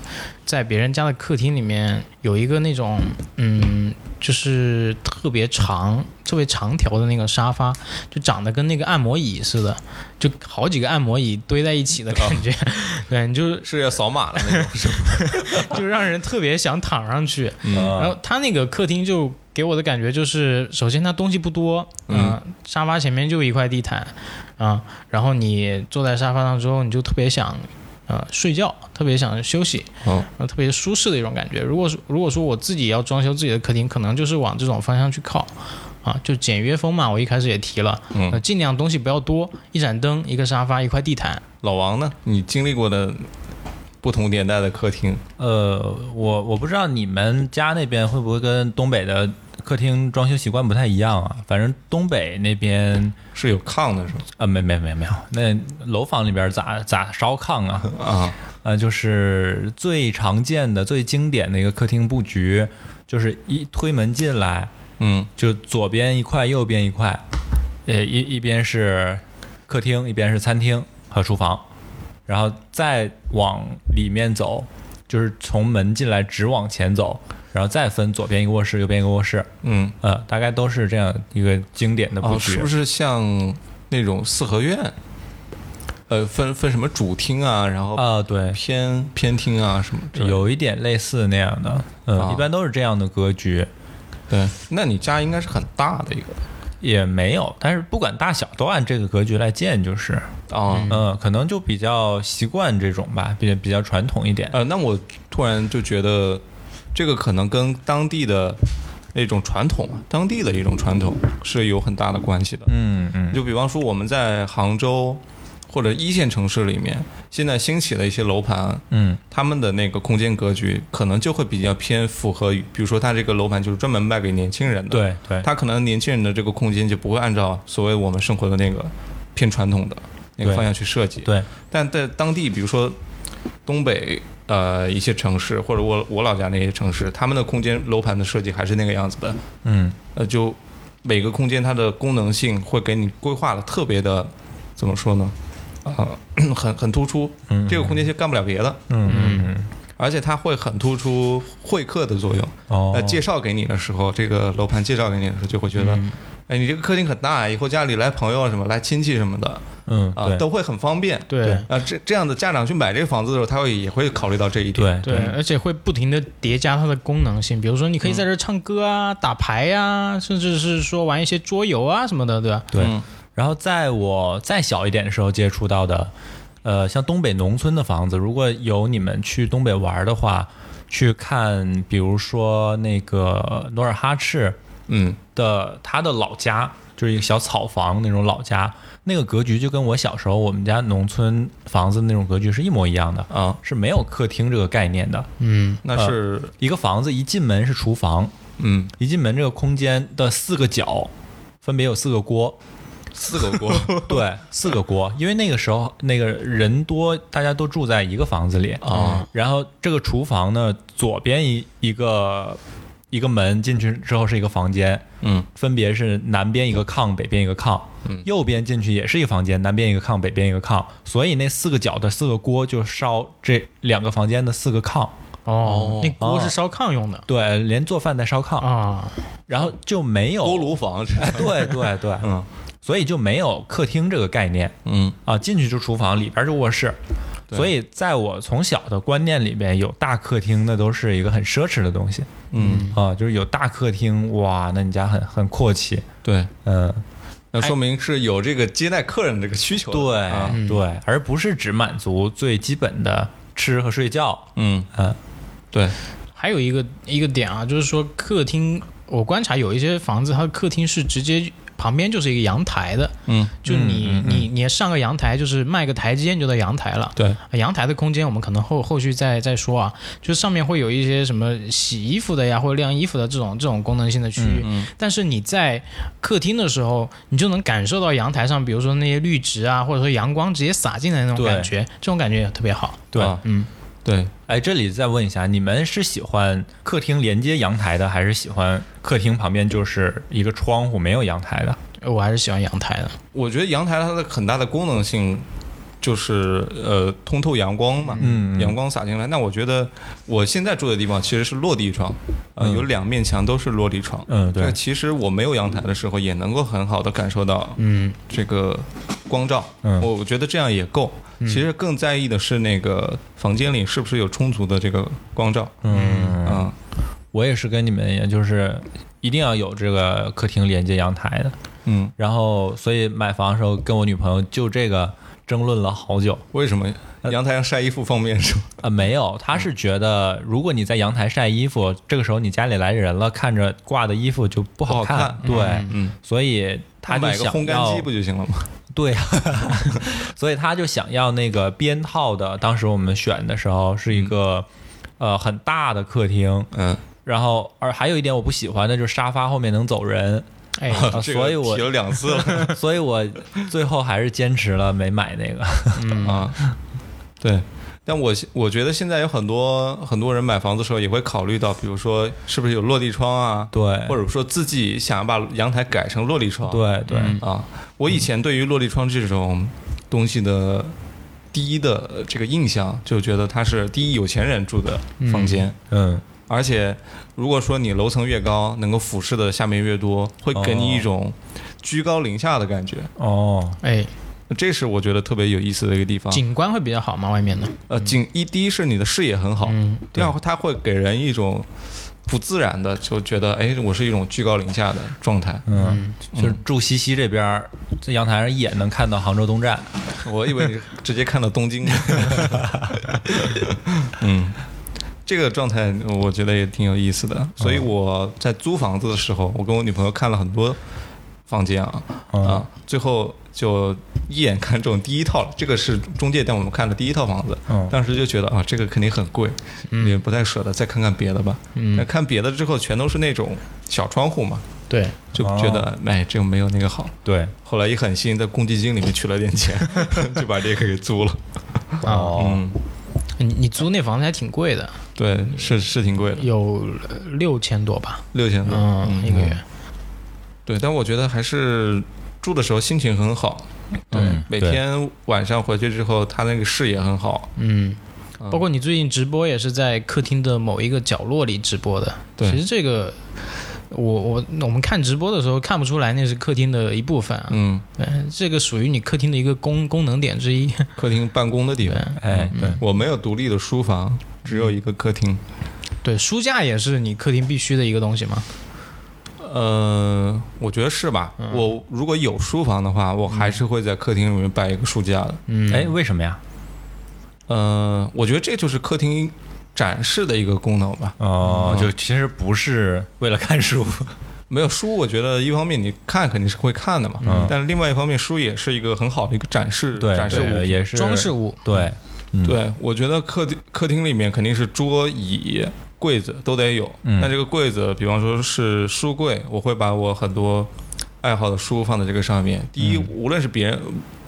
S3: 在别人家的客厅里面有一个那种嗯，就是特别长、特别长条的那个沙发，就长得跟那个按摩椅似的，就好几个按摩椅堆在一起的感觉， 对，你就是
S1: 要扫码了那种，是吧？
S3: 就让人特别想躺上去。
S2: 嗯
S3: 然后他那个客厅就给我的感觉就是，首先它东西不多，嗯、沙发前面就一块地毯，啊、然后你坐在沙发上之后，你就特别想，呃，睡觉，特别想休息，
S1: 哦，
S3: 然后特别舒适的一种感觉。如果说如果说我自己要装修自己的客厅，可能就是往这种方向去靠，啊，就简约风嘛，我一开始也提了，
S1: 嗯
S3: 呃尽量东西不要多，一盏灯，一个沙发，一块地毯，
S1: 老王呢？你经历过的不同年代的客厅，
S2: 呃，我我不知道你们家那边会不会跟东北的客厅装修习惯不太一样啊？反正东北那边
S1: 是有炕的是吧？
S2: 啊，没没没没有，那楼房里边咋咋烧炕 啊？
S1: 啊，
S2: 呃，就是最常见的、最经典的一个客厅布局，就是一推门进来，
S1: 嗯，
S2: 就左边一块，右边一块，呃，一一边是客厅，一边是餐厅和厨房，然后再往里面走，就是从门进来直往前走，然后再分左边一个卧室，右边一个卧室，
S1: 嗯，
S2: 呃，大概都是这样一个经典的布
S1: 哦，
S2: 局。
S1: 是不是像那种四合院？呃，分分什么主厅啊，然后
S2: 啊、对，
S1: 偏偏厅啊什么之类的。
S2: 有一点类似那样的，嗯、
S1: 啊
S2: 一般都是这样的格局。
S1: 对，那你家应该是很大的一个
S2: 也没有，但是不管大小都按这个格局来建，就是，
S1: 啊。
S2: 嗯、可能就比较习惯这种吧，比比较传统一点。
S1: 呃，那我突然就觉得，这个可能跟当地的那种传统，啊当地的一种传统是有很大的关系的。
S2: 嗯嗯
S1: 就比方说我们在杭州或者一线城市里面，现在兴起的一些楼盘，
S2: 嗯
S1: 他们的那个空间格局可能就会比较偏符合于，比如说它这个楼盘就是专门卖给年轻人的，，
S2: 对对，
S1: 它可能年轻人的这个空间就不会按照所谓我们生活的那个偏传统的那个
S2: 对
S1: 方向去设计，
S2: 对，
S1: 但在当地，比如说东北呃一些城市，或者我我老家那些城市，他们的空间楼盘的设计还是那个样子的，
S2: 嗯
S1: 呃，就每个空间它的功能性会给你规划的特别的，怎么说呢？啊、很很突出，
S2: 嗯
S1: 这个空间就干不了别的，
S2: 嗯嗯嗯，
S1: 而且它会很突出会客的作用。
S2: 哦
S1: 呃，，介绍给你的时候，这个楼盘介绍给你的时候，就会觉得，
S2: 嗯
S1: 哎，你这个客厅很大，以后家里来朋友啊什么，来亲戚什么的，
S2: 嗯
S1: 啊、
S2: 对
S1: 都会很方便。
S3: 对
S1: 啊，这这样的家长去买这个房子的时候，他会也会考虑到这一点。
S2: 对
S3: 对，而且会不停的叠加它的功能性，比如说你可以在这儿唱歌啊、打牌啊，甚至是说玩一些桌游啊什么的，对吧？
S2: 对
S1: 嗯
S2: 然后在我再小一点的时候接触到的，呃，像东北农村的房子，如果有你们去东北玩的话，去看，比如说那个努尔哈赤，
S1: 嗯，
S2: 的他的老家，就是一个小草房那种老家，那个格局就跟我小时候我们家农村房子那种格局是一模一样的，
S1: 啊，
S2: 是没有客厅这个概念的。
S3: 嗯，
S1: 那是、
S2: 一个房子一进门是厨房，
S1: 嗯，
S2: 一进门这个空间的四个角分别有四个锅，
S1: 四个锅
S2: 对，四个锅，因为那个时候那个人多，大家都住在一个房子里
S1: 啊。
S2: 然后这个厨房呢，左边一一个一个门进去之后是一个房间，
S1: 嗯，
S2: 分别是南边一个炕，北边一个炕，
S1: 嗯
S2: 右边进去也是一个房间，南边一个炕，北边一个炕，所以那四个角的四个锅就烧这两个房间的四个炕，
S1: 哦
S3: 哦，那锅
S2: 哦
S3: 是烧炕用的
S2: 对，连做饭带烧炕，
S3: 啊，
S2: 然后就没有
S1: 锅，炉房是。
S2: 对对对，
S1: 嗯
S2: 所以就没有客厅这个概念。
S1: 嗯
S2: 啊，进去就厨房，里边就卧室。
S1: 对
S2: 所以在我从小的观念里边，有大客厅那都是一个很奢侈的东西
S1: 嗯，
S2: 啊，就是有大客厅，哇，那你家很很阔气，
S1: 对，
S2: 嗯，
S1: 那说明是有这个接待客人的这个需求的。
S2: 对、
S1: 啊
S2: 对，而不是只满足最基本的吃和睡觉，
S1: 嗯，
S2: 嗯
S1: 对，
S3: 还有一个一个点啊，就是说客厅，我观察有一些房子，它的客厅是直接旁边就是一个阳台的，
S1: 嗯
S3: 就你、
S2: 嗯嗯嗯
S3: 你你上个阳台，就是迈个台阶你就到阳台了。啊
S2: 对，
S3: 阳台的空间我们可能后后续再再说啊，就是上面会有一些什么洗衣服的呀，或者晾衣服的这种这种功能性的区域。
S2: 嗯
S3: 但是你在客厅的时候，你就能感受到阳台上，比如说那些绿植啊，或者说阳光直接洒进来那种
S2: 对
S3: 感觉，这种感觉也特别好。
S2: 对
S1: 啊
S3: 嗯，
S1: 对，
S2: 哎，这里再问一下，你们是喜欢客厅连接阳台的，还是喜欢客厅旁边就是一个窗户没有阳台的？
S3: 我还是喜欢阳台的。
S1: 我觉得阳台它的很大的功能性。就是呃通透阳光嘛，
S2: 嗯嗯
S1: 阳光洒进来。那我觉得我现在住的地方其实是落地窗，呃，
S2: 嗯
S1: 有两面墙都是落地窗。
S2: 嗯
S1: 这
S2: 对
S1: 个，其实我没有阳台的时候，也能够很好的感受到
S4: 嗯，
S1: 这个光照。
S2: 嗯
S1: 我我觉得这样也够。其实更在意的是那个房间里是不是有充足的这个光照。
S2: 嗯，
S1: 嗯，
S2: 我也是跟你们一样，就是一定要有这个客厅连接阳台的。
S1: 嗯，
S2: 然后，所以买房的时候跟我女朋友就这个争论了好久。
S1: 为什么阳台上晒衣服方便是吧？
S2: 呃，没有，她是觉得如果你在阳台晒衣服，这个时候你家里来人了，看着挂的衣服就不
S1: 不好
S2: 好
S1: 看
S2: 对，
S1: 嗯，
S2: 所以她就
S1: 买个
S2: 想
S1: 烘干
S2: 要
S1: 机不就行了吗？
S2: 对 啊，所以他就想要那个编号的。当时我们选的时候是一个、呃很大的客厅，
S1: 嗯，
S2: 然后而还有一点我不喜欢的就是沙发后面能走人，
S3: 哎，
S2: 啊
S1: 这个
S2: 所以我
S1: 提了两次 了
S2: 所以我最后还是坚持了没买那个。
S1: 啊。对，但我我觉得现在有很多很多人买房子的时候也会考虑到，比如说是不是有落地窗啊，
S2: 对，
S1: 或者说自己想把阳台改成落地窗。
S2: 对对，
S3: 嗯
S1: 啊，我以前对于落地窗这种东西的第一的呃这个印象，就觉得它是第一有钱人住的房间，
S2: 嗯
S1: 而且如果说你楼层越高，能够俯视的下面越多，会给你
S3: 哦
S1: 一种居高临下的感觉。
S2: 哦，
S3: 哎，
S1: 这是我觉得特别有意思的一个地方。
S3: 景观会比较好吗？外面的？
S1: 呃，景一第一是你的视野很好，
S3: 嗯，
S1: 第二它会给人一种不自然的，就觉得哎，我是一种居高临下的状态。
S2: 嗯，就是住西溪这边儿，在阳台上也能看到杭州东站。
S1: 我以为你是直接看到东 京。嗯，这个状态我觉得也挺有意思的。所以我在租房子的时候，我跟我女朋友看了很多房间啊
S2: 嗯
S1: 啊，最后就一眼看中第一套了。这个是中介带我们看的第一套房子，
S2: 嗯
S1: 当时就觉得啊，这个肯定很贵，也不太舍得，再看看别的吧。
S2: 嗯
S1: 那看别的之后，全都是那种小窗户嘛，
S3: 对，
S1: 就觉
S2: 哦
S1: 得哎，这个没有那个好。
S2: 对，
S1: 后来一狠心，在公积金里面取了点 钱，就把这个给租了。
S2: 哦，
S1: 嗯，
S3: 你你租那房子还挺贵的，
S1: 对，是是挺贵的，
S3: 有六千多吧，
S1: 六千多。
S3: 嗯，一个月。
S1: 对，但我觉得还是住的时候心情很好。对，
S2: 嗯
S1: 每
S2: 对
S1: 天晚上回去之后，他那个视野很好。
S3: 嗯，
S1: 嗯
S3: 包括你最近直播也是在客厅的某一个角落里直播的。
S1: 对
S3: 其实这个我我我们看直播的时候看不出来那是客厅的一部分啊，
S1: 嗯，
S3: 对，这个属于你客厅的一个功功能点之一。呃
S1: 客厅办公的地方。
S2: 哎，对，
S1: 我没有独立的书房，只有一个客厅。
S3: 对，书架也是你客厅必须的一个东西嘛。
S1: 嗯呃，我觉得是吧？我如果有书房的话，我还是会在客厅里面摆一个书架的。
S3: 嗯，
S2: 哎，为什么呀？
S1: 呃，我觉得这就是客厅展示的一个功能吧。
S2: 哦，就其实不是为了看书，
S1: 没有书，我觉得一方面你看肯定是会看的嘛，
S2: 嗯
S1: 但是另外一方面，书也是一个很好的一个展示
S2: 对，
S1: 展示
S2: 对
S1: 物。
S2: 也是
S3: 装饰物，
S2: 对，嗯
S1: 对，我觉得客厅客厅里面肯定是桌椅、柜子都得有。
S2: 嗯
S1: 那这个柜子，比方说是书柜，我会把我很多爱好的书放在这个上面。第一，无论是别人。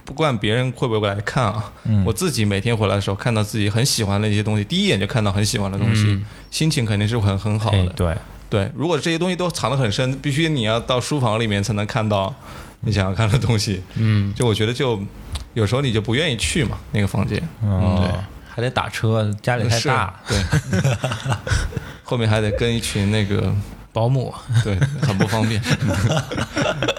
S1: 不管别人会不会来看啊，
S2: 嗯
S1: 我自己每天回来的时候看到自己很喜欢的一些东西，第一眼就看到很喜欢的东西，心情肯定是很很好
S2: 嗯哎
S1: 的。
S2: 对，
S1: 对，如果这些东西都藏得很深，必须你要到书房里面才能看到你想要看的东西。
S3: 嗯，
S1: 就我觉得就有时候你就不愿意去嘛，那个房间
S2: 嗯，还得打车，家里太
S1: 是
S2: 大，
S1: 对， 后面还得跟一群那个，
S3: 保姆，
S1: 对，很不方便。 嗯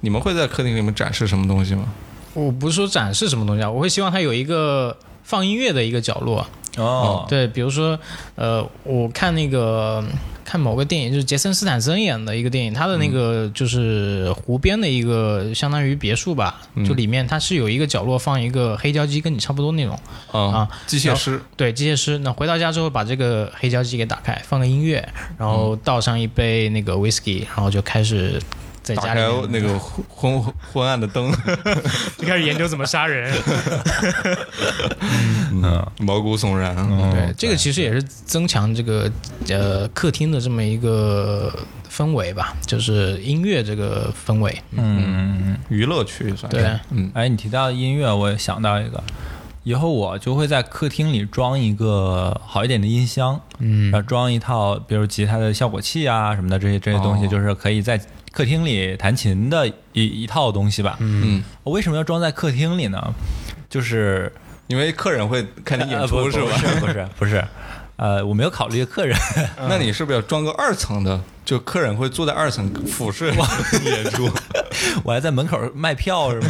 S1: 你们会在客厅里面展示什么东西吗？
S3: 我不是说展示什么东西啊，我会希望它有一个放音乐的一个角落。
S1: 啊
S2: 哦，
S3: 对，比如说，呃，我看那个看某个电影，就是杰森斯坦森演的一个电影，他的那
S1: 嗯
S3: 个就是湖边的一个相当于别墅吧，
S1: 嗯
S3: 就里面它是有一个角落放一个黑胶机，跟你差不多那种，
S1: 啊
S3: 啊，
S1: 机械师，
S3: 对，机械师。那回到家之后，把这个黑胶机给打开，放个音乐，然后倒上一杯那个 whisky，然后就开始在
S1: 打
S3: 家里
S1: 开
S3: 面嗯
S1: 那个昏昏昏暗的灯，
S3: 就 开始研究怎么杀人。
S2: 嗯，
S1: 毛骨悚然。
S3: 对，这个其实也是增强这个呃客厅的这么一个氛围吧，就是音乐这个氛围。
S2: 嗯嗯嗯。
S1: 娱乐区算是，
S3: 对
S1: 嗯
S2: 哎，你提到音乐，我想到一个，以后我就会在客厅里装一个好一点的音箱，
S4: 嗯
S2: 然后装一套，比如吉他的效果器啊什么的，这些这些东西，
S1: 哦
S2: 就是可以在客厅里弹琴的一一套东西吧。
S1: 嗯，
S2: 我为什么要装在客厅里呢？就是
S1: 因为客人会看你演
S2: 呃
S3: 啊
S2: 不
S1: 出是
S2: 不
S1: 吧？
S2: 不是不是，呃，我没有考虑客人，
S1: 那你是不是要装个二层的？就客人会坐在二层俯视 演出。
S2: 我还在门口卖票是吧？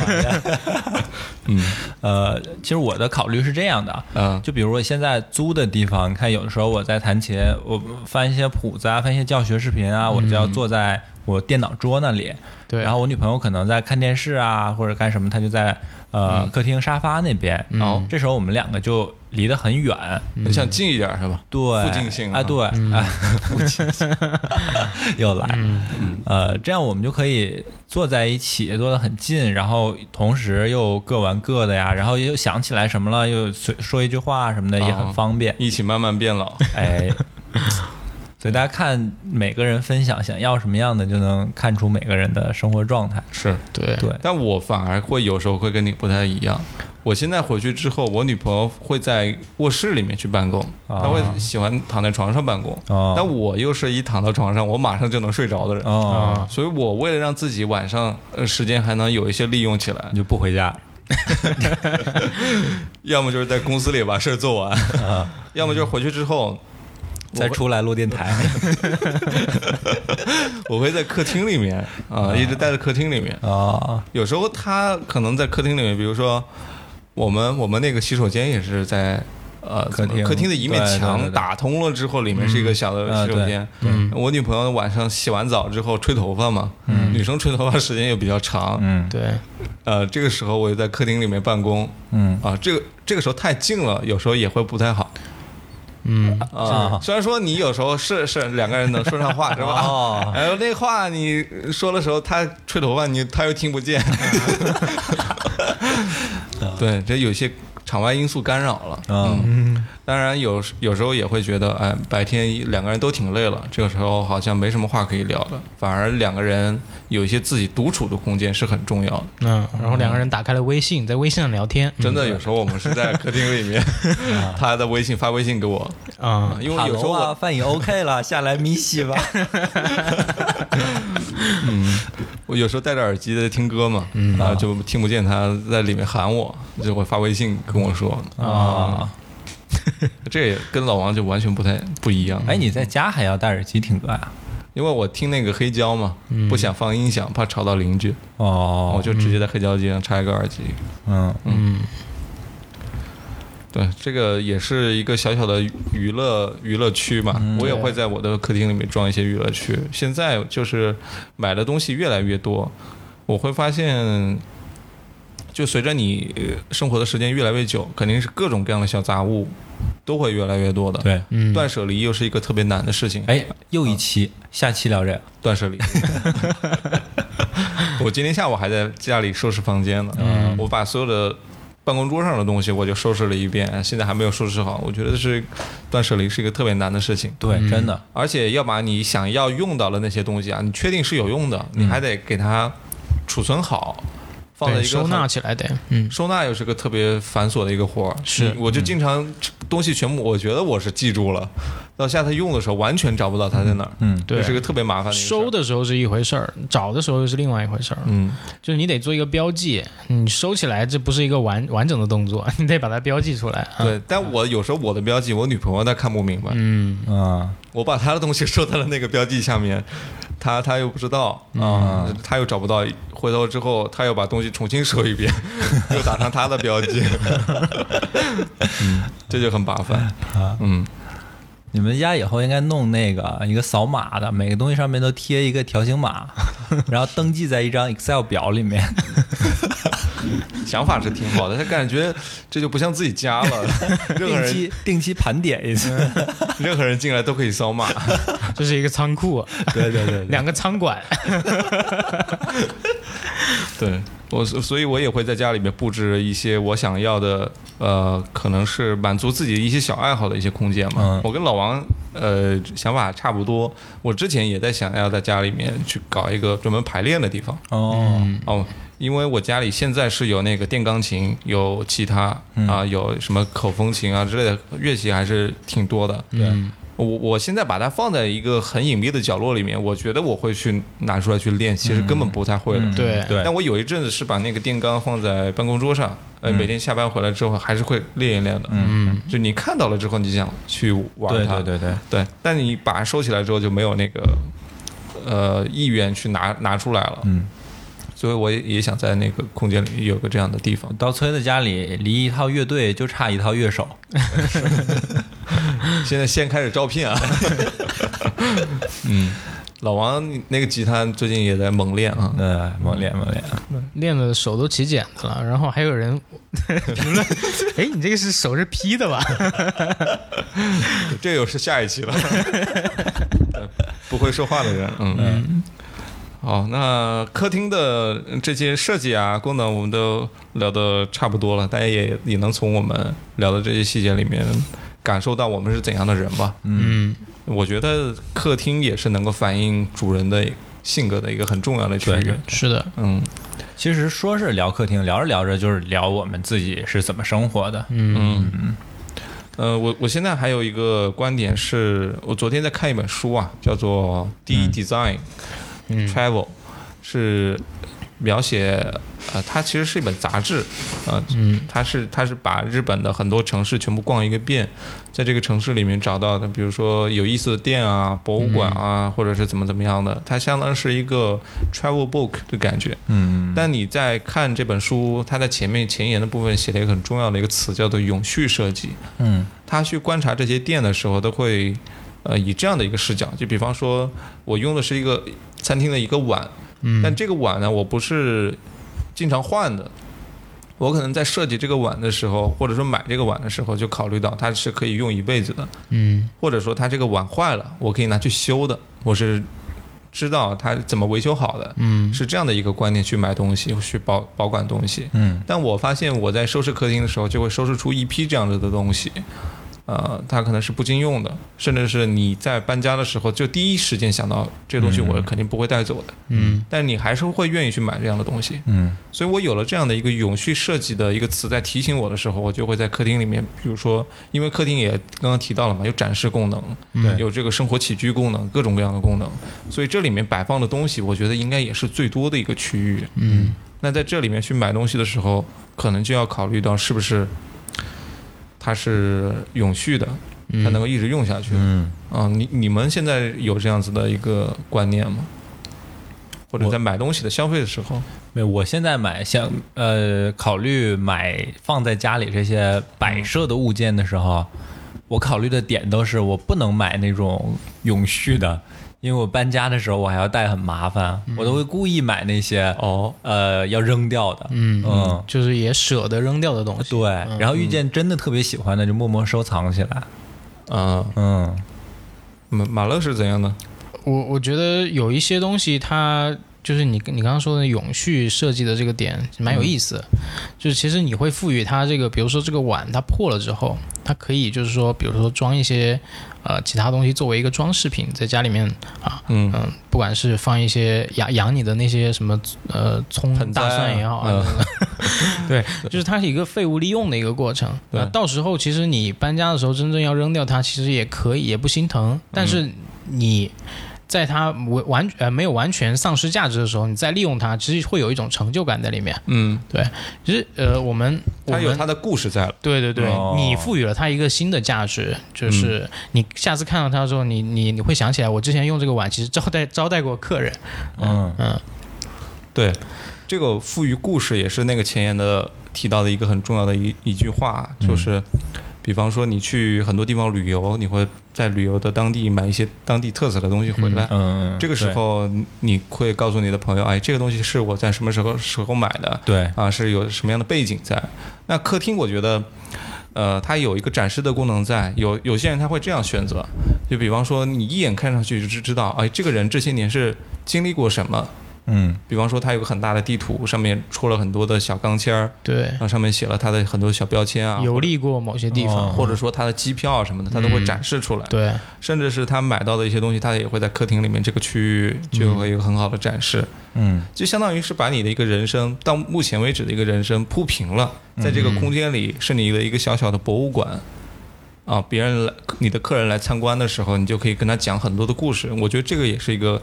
S1: 嗯
S2: 呃，其实我的考虑是这样的，
S1: 啊
S2: 就比如我现在租的地方，你看有的时候我在弹琴，我翻一些谱子啊，翻一些教学视频啊，我就要坐在我电脑桌那里。
S3: 对
S2: 然后我女朋友可能在看电视啊，或者干什么，她就在呃、客厅沙发那边。
S4: 哦
S2: 这时候我们两个就离得很远。
S1: 嗯你想近一点是吧？
S2: 对，
S1: 附近性
S2: 啊，对，啊， 附近性又来，呃，这样我们就可以坐在一起，坐得很近，然后同时又各玩各的呀，然后又想起来什么了，又随说一句话什么的，也很
S1: 哦
S2: 方便。
S1: 一起慢慢变老。
S2: 哎，所以大家看每个人分享想要什么样的，就能看出每个人的生活状态。
S1: 是，
S3: 对
S2: 对，
S1: 但我反而会有时候会跟你不太一样。我现在回去之后，我女朋友会在卧室里面去办公，
S2: 哦
S1: 她会喜欢躺在床上办公。
S2: 哦
S1: 但我又是一躺到床上，我马上就能睡着的人。
S2: 哦，
S3: 啊
S1: 所以我为了让自己晚上呃时间还能有一些利用起来
S2: 你，就不回家
S1: 要么就是在公司里把事儿做完， 要么就是回去之后。我
S2: 再
S1: 会
S2: 出来录电台。
S1: 我会在客厅里面啊，一直待在客厅里面。
S2: 哦，
S1: 有时候他可能在客厅里面，比如说我们我们那个洗手间也是在呃
S2: 客厅
S1: 怎么客厅的一面
S2: 对对对啊
S1: 墙
S2: 对
S1: 打通了之后，里面是一个小的洗手间。
S3: 嗯
S1: 我女朋友晚上洗完澡之后吹头发嘛，女生吹头发时间又比较长，
S2: 嗯
S3: 对，
S1: 呃，这个时候我就在客厅里面办公
S2: 嗯
S1: 啊，这个这个时候太近了，有时候也会不太好
S3: 嗯，
S1: 啊
S2: 啊。
S1: 虽然说你有时候是是两个人能说上话是吧？
S2: 哦
S1: 哎呦，那话你说的时候，他吹头发你他又听不 见。对，这有些场外因素干扰了。
S2: 嗯
S1: 当然有时有时候也会觉得，哎，白天两个人都挺累了，这个时候好像没什么话可以聊了，反而两个人有一些自己独处的空间是很重要的。
S3: 嗯，然后两个人打开了微信，在微信上聊天，
S2: 嗯
S1: 真的，有时候我们是在客厅里 面，
S2: 啊
S1: 他的微信发微信给我，
S3: 啊
S1: 因为
S2: 哈
S1: 有时候
S2: 喽啊，
S1: 我
S2: 饭也 OK 了，下来咪西吧。
S1: 我有时候戴着耳机在听歌嘛，
S2: 嗯
S1: 啊，就听不见他在里面喊我，就会发微信跟我说，
S2: 啊，
S1: 这也跟老王就完全不太不一样。
S2: 哎，，你在家还要戴耳机啊听歌呀？
S1: 因为我听那个黑胶嘛，嗯
S3: 嗯
S1: 不想放音响，怕吵到邻居，
S2: 嗯哦，
S1: 我就直接在黑胶机上插一个耳机。
S2: 嗯
S3: 嗯，
S1: 对，这个也是一个小小的娱乐娱乐区嘛，
S2: 嗯
S1: 我也会在我的客厅里面装一些娱乐区。现在就是买的东西越来越多，我会发现，就随着你呃生活的时间越来越久，肯定是各种各样的小杂物都会越来越多的。，
S2: 对，
S3: 嗯
S1: 断舍离又是一个特别难的事情。
S2: 哎，又一期，下期聊这个。
S1: 断舍离。 我今天下午还在家里收拾房间呢，
S3: 嗯
S1: 我把所有的办公桌上的东西我就收拾了一遍，现在还没有收拾好。我觉得是断舍离是一个特别难的事情，
S2: 对，真的，
S1: 而且要把你想要用到的那些东西啊，你确定是有用的，
S3: 嗯
S1: 你还得给它储存好，放在一
S3: 对，
S1: 个
S3: 收纳
S1: 很。
S3: 起来得，嗯
S1: 收纳又是个特别繁琐的一个活儿，
S3: 是
S1: 我就经常东西全部，我觉得我是记住了，到下次用的时候完全找不到它在哪儿，
S2: 嗯，
S3: 对
S1: 这是个特别麻烦的一个事儿
S3: 收的时候是一回事儿，找的时候又是另外一回事儿。
S1: 嗯，
S3: 就是你得做一个标记，你收起来这不是一个完完整的动作， 你得把它标记出来。啊，
S1: 对，但我有时候我的标记，我女朋友她看不明白，
S3: 嗯，
S2: 嗯
S1: 我把她的东西 收在了那个标记下面，她她又不知道，
S2: 啊，
S1: 她又找不到，回头之后她又把东西重新收一遍， 又打上她的标记，嗯，这就很麻烦，嗯，
S2: 你们家以后应该弄那个一个扫码的，每个东西上面都贴一个条形码， 然后登记在一张 Excel 表 里面。
S1: 想法是挺好的，但感觉这就不像自己家了，任何
S2: 定
S1: 人嗯
S2: 期定期盘点一次。
S1: 任何人进来都可以扫码，
S3: 这是一个仓库，
S2: 对对对，
S3: 两个仓管。
S1: 对我，所以我也会在家里面布置一些我想要的，呃，可能是满足自己一些小爱好的一些空间嘛。
S2: 嗯
S1: 我跟老王呃想法差不多，我之前也在想要在家里面去搞一个专门排练的地方
S2: 哦，
S1: 哦，因为我家里现在是有那个电钢琴、有吉他啊、
S2: 嗯
S1: 有什么口风琴啊之类的乐器，还是挺多的。对，我我现在把它放在一个很隐蔽的角落里面，我觉得我会去拿出来去练，其实根本不太会的。
S2: 嗯
S3: 对
S2: 对，
S1: 但我有一阵子是把那个电钢放在办公桌上，
S2: 嗯
S1: 呃，每天下班回来之后还是会练一练的。嗯，就你看到了之后，你想去玩
S2: 对
S1: 它，
S2: 对对对，
S1: 对，但你把它收起来之后就没有那个呃意愿去拿拿出来了。
S2: 嗯，
S1: 所以我也也想在那个空间里有个这样的地 方。
S2: 到崔的家里离一套乐队就差一套乐手，
S1: 现在先开始招聘啊。嗯， 老王那个吉他最近也在猛练啊。
S2: 呃，猛练猛练，
S3: 练的手都起茧子了，然后还有人评论，哎，你这个是手是 P 的吧？
S1: 这又是下一期了， 不会说话的人，嗯。好，那客厅的这些设计啊、功能，我们都聊的差不多了，大家也也能从我们聊的这些细节里面感受到我们是怎样的人吧。
S3: 嗯，
S1: 我觉得客厅也是能够反映主人的性格的一个很重要的区域
S2: 对。
S3: 是的，
S1: 嗯
S2: 其实说是聊客厅，聊着聊着就是聊我们自己是怎么生活的。
S1: 嗯呃，我我现在还有一个观点是，我昨天在看一本书啊，叫做《第一 Design》。
S3: 嗯
S1: Travel 是描写呃，它其实是一本杂志，呃，
S3: 嗯
S1: 它是它是把日本的很多城市全部逛一个遍，在这个城市里面找到的，比如说有意思的店啊、博物馆
S3: 嗯
S1: 啊，或者是怎么怎么样的，它相当是一个 travel book 的感觉。
S2: 嗯，
S1: 但你在看这本书，它在前面前言的部分写了一个很重要的一个词，叫做永续设计。
S2: 嗯，
S1: 他去观察这些店的时候，都会呃以这样的一个视角，就比方说我用的是一个餐厅的一个碗，
S3: 嗯，
S1: 但这个碗呢，我不是经常换的。我可能在设计这个碗的时候，或者说买这个碗的时候，就考虑到它是可以用一辈子的，
S3: 嗯
S1: 或者说它这个碗坏了，我可以拿去修的，我是知道它怎么维修好的，
S3: 嗯
S1: 是这样的一个观念去买东西，去保保管东西。
S2: 嗯，
S1: 但我发现我在收拾客厅的时候，就会收拾出一批这样子的东西，呃，它可能是不经用的，甚至是你在搬家的时候就第一时间想到这东西我肯定不会带走的，
S3: 嗯
S1: 但你还是会愿意去买这样的东西。
S2: 嗯
S1: 所以我有了这样的一个永续设计的一个词在提醒我的时候，我就会在客厅里面，比如说，因为客厅也刚刚提到了嘛，有展示功能，
S3: 对
S1: 有这个生活起居功能，各种各样的功能，所以这里面摆放的东西，我觉得应该也是最多的一个区域。
S3: 嗯
S1: 那在这里面去买东西的时候，可能就要考虑到是不是它是永续的，
S3: 嗯，
S1: 它能够一直用下去。
S2: 嗯，
S1: 啊，你你们现在有这样子的一个观念吗？或者
S2: 我
S1: 在买东西的消费的时候，
S2: 没有，我现在买像呃，考虑买放在家里这些摆设的物件的时候，我考虑的点都是我不能买那种永续的，因为我搬家的时候我还要带，很麻烦，我都会故意买那些
S1: 哦，
S2: 呃要扔掉的。
S3: 嗯
S2: 嗯
S3: 就是也舍得扔掉的东西。
S2: 对，然后遇见真的特别喜欢的，就默默收藏起来。
S1: 啊，
S2: 嗯
S1: 马马勒是怎样的？
S3: 我我觉得有一些东西它。就是你你刚刚说的永续设计的这个点蛮有意思的，就是其实你会赋予它这个，比如说这个碗它破了之后，它可以就是说，比如说装一些呃其他东西作为一个装饰品在家里面啊，
S1: 嗯
S3: 嗯，不管是放一些养养你的那些什么呃葱
S1: 盆栽啊
S3: 大蒜也好啊，对，就是它是一个废物利用的一个过程。
S1: 对
S3: 那到时候其实你搬家的时候真正要扔掉它，其实也可以，也不心疼。但是你
S1: 嗯
S3: 在它完完呃没有完全丧失价值的时候，你再利用它，其实会有一种成就感在里面。
S1: 嗯，
S3: 其实呃，我们我
S1: 他有
S3: 们
S1: 他的故事在了。
S3: 对对对，
S2: 哦
S3: 你赋予了它一个新的价值，
S1: 嗯
S3: 就是你下次看到它的时候，你你你会想起来，我之前用这个碗其实招待招待过客人。
S2: 嗯
S3: 嗯
S1: 对，这个赋予故事也是那个前言的提到的一个很重要的一一句话，
S2: 嗯
S1: 就是，比方说你去很多地方旅游，你会在旅游的当地买一些当地特色的东西回来。
S2: 嗯，
S1: 这个时候，你你会告诉你的朋友，哎，这个东西是我在什么时候时候买的，
S2: 对对
S1: 啊，是有什么样的背景在。那客厅，我觉得，呃，它有一个展示的功能在。有有些人他会这样选择，就比方说，你一眼看上去就知知道，哎，这个人这些年是经历过什么，
S2: 嗯
S1: 比方说，它有个很大的地图，上面戳了很多的小钢签儿，
S3: 对
S1: 然，后上面写了它的很多小标签啊，
S3: 游历过某些地
S2: 哦
S3: 方，
S1: 或者说它的机票啊什么的，它都会展示出来。
S3: 对，
S1: 甚至是他买到的一些东西，它也会在客厅里面这个区域就有一个很好的展示，
S2: 嗯
S1: 就相当于是把你的一个人生到目前为止的一个人生铺平了，在这个空间里是你的一个小小的博物馆。啊，别人来，你的客人来参观的时候，你就可以跟他讲很多的故事。我觉得这个也是一个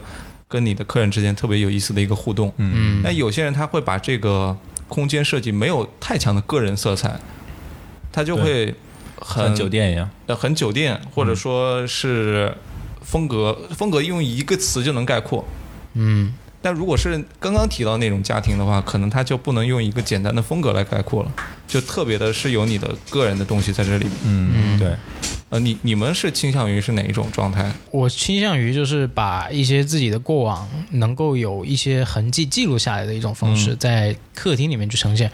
S1: 跟你的客人之间特别有意思的一个互动。
S2: 嗯
S3: 嗯
S1: 但有些人他会把这个空间设计没有太强的个人色彩，他就会很
S2: 像酒店一样，
S1: 呃，很酒店，或者说是风格，风格用一个词就能概括。
S3: 嗯，
S1: 但如果是刚刚提到那种家庭的话，可能它就不能用一个简单的风格来概括了，就特别的是有你的个人的东西在这里。
S2: 嗯对，
S1: 呃，你你们是倾向于是哪一种状态？
S3: 我倾向于就是把一些自己的过往能够有一些痕迹记录下来的一种方式，在客厅里面去呈现。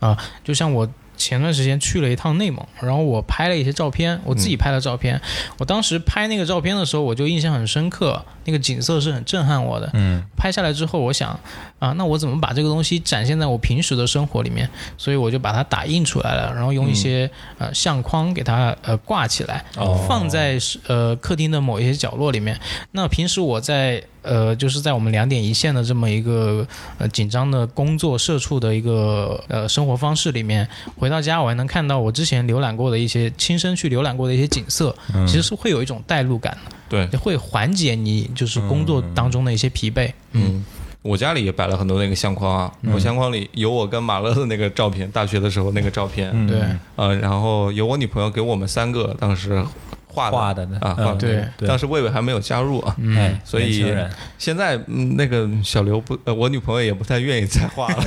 S3: 啊、就像我前段时间去了一趟内蒙，然后我拍了一些照片，我自己拍的照片。我当时拍那个照片的时候，我就印象很深刻，那个景色是很震撼我的。
S2: 嗯
S3: 拍下来之后，我想啊，那我怎么把这个东西展现在我平时的生活里面？所以我就把它打印出来了，然后用一些、呃相框给它呃挂起来，
S2: 嗯哦
S3: 放在是呃客厅的某一些角落里面。那平时我在呃就是在我们两点一线的这么一个呃紧张的工作社畜的一个呃生活方式里面，回到家我还能看到我之前浏览过的一些亲身去浏览过的一些景色，
S2: 嗯
S3: 其实是会有一种代入感
S1: 对，
S3: 的，会缓解你就是工作当中的一些疲惫。
S1: 嗯，我家里也摆了很多那个相框啊，我相框里有我跟马乐的那个照片，大学的时候那个照片，
S2: 嗯
S3: 对
S1: 呃，然后有我女朋友给我们三个当时画的
S2: 画的呢
S1: 啊，
S2: 嗯
S1: 画的
S3: 对
S2: 对
S1: 当时魏伟还没有加入啊。
S2: 哎，
S1: 所以
S2: 年轻人
S1: 现在嗯那个小刘不，呃，我女朋友也不太愿意再 画了，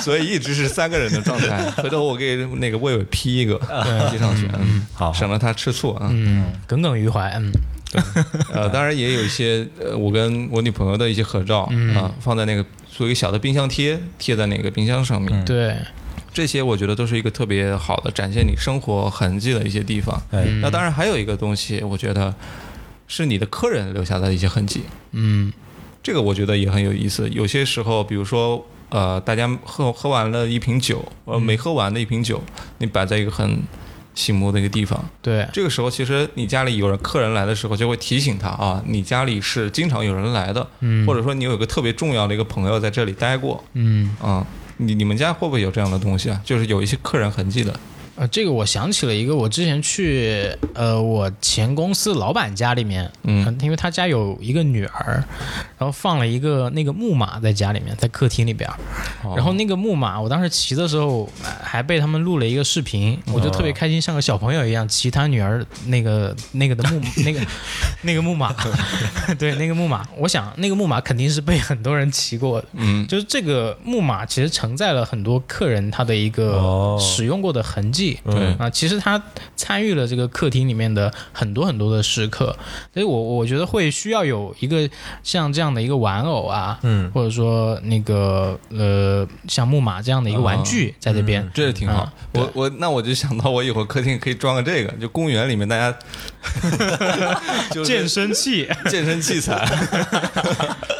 S1: 所以一直是三个人的状态。回头我给那个魏伟 P 一个 P 上去，嗯，
S2: 好
S1: 省得他吃醋啊。
S3: 嗯，耿耿于怀，嗯，
S1: 呃，当然也有一些呃，我跟我女朋友的一些合照啊，放在那个做一个小的冰箱贴，贴在那个冰箱上面。
S3: 对，
S1: 这些我觉得都是一个特别好的展现你生活痕迹的一些地方。
S2: 哎
S3: 嗯
S1: 那当然还有一个东西，我觉得是你的客人留下的一些痕迹。
S3: 嗯
S1: 这个我觉得也很有意思。有些时候，比如说，呃，大家喝喝完了一瓶酒，呃，没喝完的一瓶酒，你摆在一个很醒目的一个地方，
S3: 对，
S1: 这个时候其实你家里有人客人来的时候，就会提醒他啊，你家里是经常有人来的，
S3: 嗯
S1: 或者说你有个特别重要的一个朋友在这里待过
S3: 嗯。
S1: 啊。你你们家会不会有这样的东西啊？就是有一些客人痕迹的，
S3: 呃，这个我想起了一个，我之前去呃我前公司老板家里面，
S1: 嗯
S3: 呃，因为他家有一个女儿，然后放了一个那个木马在家里面，在客厅里边儿，
S1: 哦
S3: 然后那个木马，我当时骑的时候呃还被他们录了一个视频，我就特别开心，像个小朋友一样骑他女儿那个那个的木那个那个木马， 对那个木马，我想那个木马肯定是被很多人骑过的，
S1: 嗯
S3: 就是这个木马其实承载了很多客人他的一
S2: 哦嗯
S3: 个使用过的痕迹。
S1: 对
S3: 啊，其实他参与了这个客厅里面的很多很多的时刻，所以我我觉得会需要有一个像这样的一个玩偶啊，
S2: 嗯
S3: 或者说那个呃像木马这样的一个
S2: 哦
S3: 玩具在这边，
S2: 嗯
S1: 这是挺好
S3: 啊。
S1: 我我那我就想到，我以后客厅可以装个这个，就公园里面大家 就是
S3: 健身器
S1: 健身器材，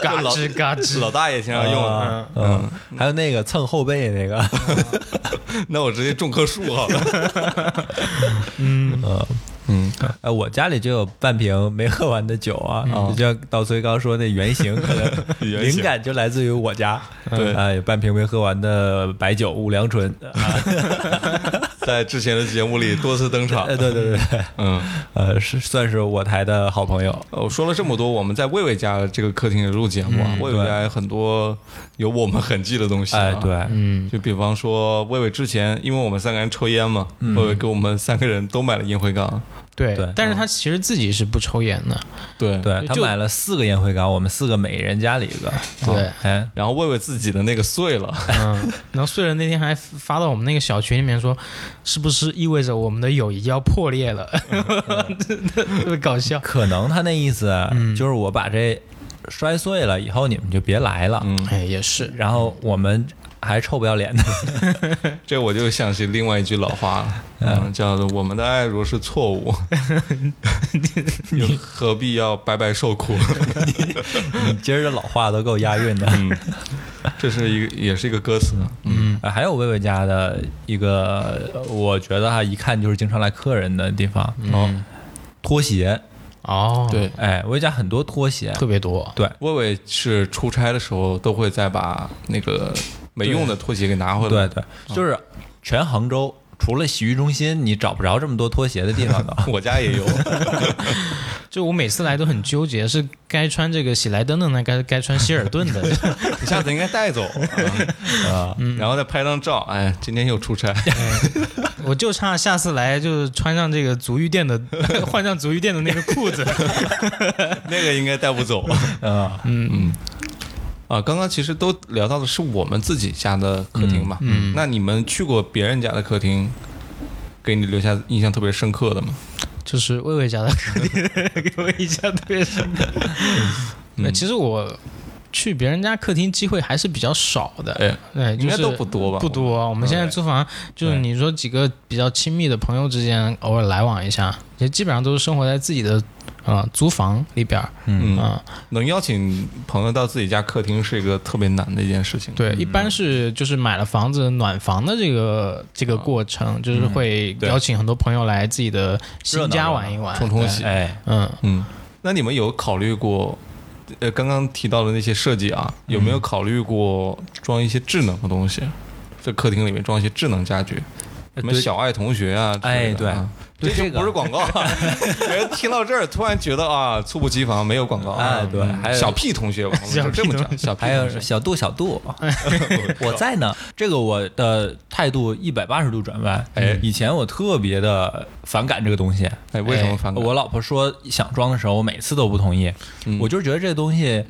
S3: 嘎
S1: 老
S3: 吱嘎吱，
S1: 老大爷经常用的。
S2: 啊嗯，还有那个蹭后背那个，
S1: 那我直接种棵树好了。
S2: 嗯
S1: 嗯，
S2: 哎，我家里就有半瓶没喝完的酒啊，就像到崔刚说那原型，可能
S1: 嗯 原型
S2: 灵感就来自于我家，
S1: 对
S2: 啊，有半瓶没喝完的白酒五粮醇，啊
S1: 在之前的节目里多次登场
S2: 呃，。对对对对，
S1: 嗯，
S2: 呃，是算是我台的好朋友，
S1: 呃我说了这么多，我们在魏魏家这个客厅里录节目啊，魏魏家有很多有我们痕迹的东西。啊
S2: 哎，，对，
S3: 嗯，
S1: 就比方说魏魏之前，因为我们三个人抽烟嘛，魏魏给我们三个人都买了烟灰缸。
S3: 对，
S2: 对嗯
S3: 但是他其实自己是不抽烟的，
S1: 对。
S2: 对他
S3: 就
S2: 买了四个烟灰缸，我们四个每人家里 一个，
S3: 对，
S2: 哎，
S1: 然后魏魏自己的那个碎了，
S3: 嗯，然后碎了那天还发到我们那个小群里面说，是不是意味着我们的友谊要破裂了？ 特别搞笑。
S2: 可能他那意思
S1: 嗯
S2: 就是我把这摔碎了以后，你们就别来了，
S1: 嗯
S3: 哎，也是，
S2: 然后我们。还臭不 要脸的。
S1: 这我就想起另外一句老话了，嗯，叫做“我们的爱若是错误，又何必要白白受苦
S2: 你今儿的老话都够押韵的。”？
S1: 这是一个，也是一个歌词。嗯，
S2: 呃还有薇薇家的一个，呃我觉得哈，一看就是经常来客人的地方。
S1: 哦，
S2: 拖鞋，
S3: 哦，，
S1: 对，
S2: 哎，薇薇家很多拖鞋，
S3: 特别多，
S2: 对，
S1: 魏魏是出差的时候都会再把那个没用的拖鞋给拿回来。
S2: 对对，就是全杭州除了洗浴中心，你找不着这么多拖鞋的地方的。
S1: 我家也有，
S3: 就我每次来都很纠结，是该穿这个喜来登的呢，该该穿希尔顿的，
S1: 你下次应该带走啊，然后再拍张照。哎，今天又出差，
S3: 我就差下次来就是穿上这个足浴 店的，换上足浴店的那个裤子。
S1: 那个应该带不走。
S2: 嗯，
S1: 啊，刚刚其实都聊到的是我们自己家的客厅嘛。嗯，那你们去过别人家的客厅，给你留下印象特别深刻的吗？
S3: 就是魏魏家的客 厅，给我印象特别深刻。
S1: 嗯
S3: 那其实我去别人家客厅机会还是比较少的，
S1: 哎，
S3: 对，
S1: 应
S3: 就
S1: 该
S3: 是
S1: 都不多吧？
S3: 不多。我们现在租房，就是你说几个比较亲密的朋友之间偶尔来往一下，也基本上都是生活在自己的啊、呃租房里边儿
S1: 嗯，
S3: 啊、
S1: 能邀请朋友到自己家客厅是一个特别难的一件事情。
S2: 嗯
S3: 对，一般是就是买了房子暖房的这个这个过程，就是会
S1: 嗯对
S3: 邀请很多朋友来自己的
S2: 热
S3: 新
S2: 闹热
S3: 家
S2: 闹
S3: 玩一玩，
S1: 冲冲
S3: 对
S1: 喜
S2: 哎，
S3: 嗯，
S1: 嗯，那你们有考虑过，呃，刚刚提到的那些设计啊，有没有考虑过装一些智能的东西？在客厅里面装一些智能家具，什么
S2: 对哎
S1: 小爱同学啊之类的啊，
S2: 对对
S1: 这
S2: 这
S1: 就
S2: 个
S1: 不是广告 啊。人听到这儿，突然觉得啊，猝不及防，没有广告啊。
S2: 哎对
S1: 嗯
S2: 还有
S1: 小 P 同学吧，我们就这么讲，小 P
S2: 还有
S1: 同学
S2: 小度 小度，我在呢。这个我的态度一百八十度转弯。
S1: 哎
S2: 以前我特别的反感这个东西，
S1: 哎，为什么反感？
S2: 我老婆说想装的时候，我每次都不同意。
S1: 嗯
S2: 我就是觉得这个东西，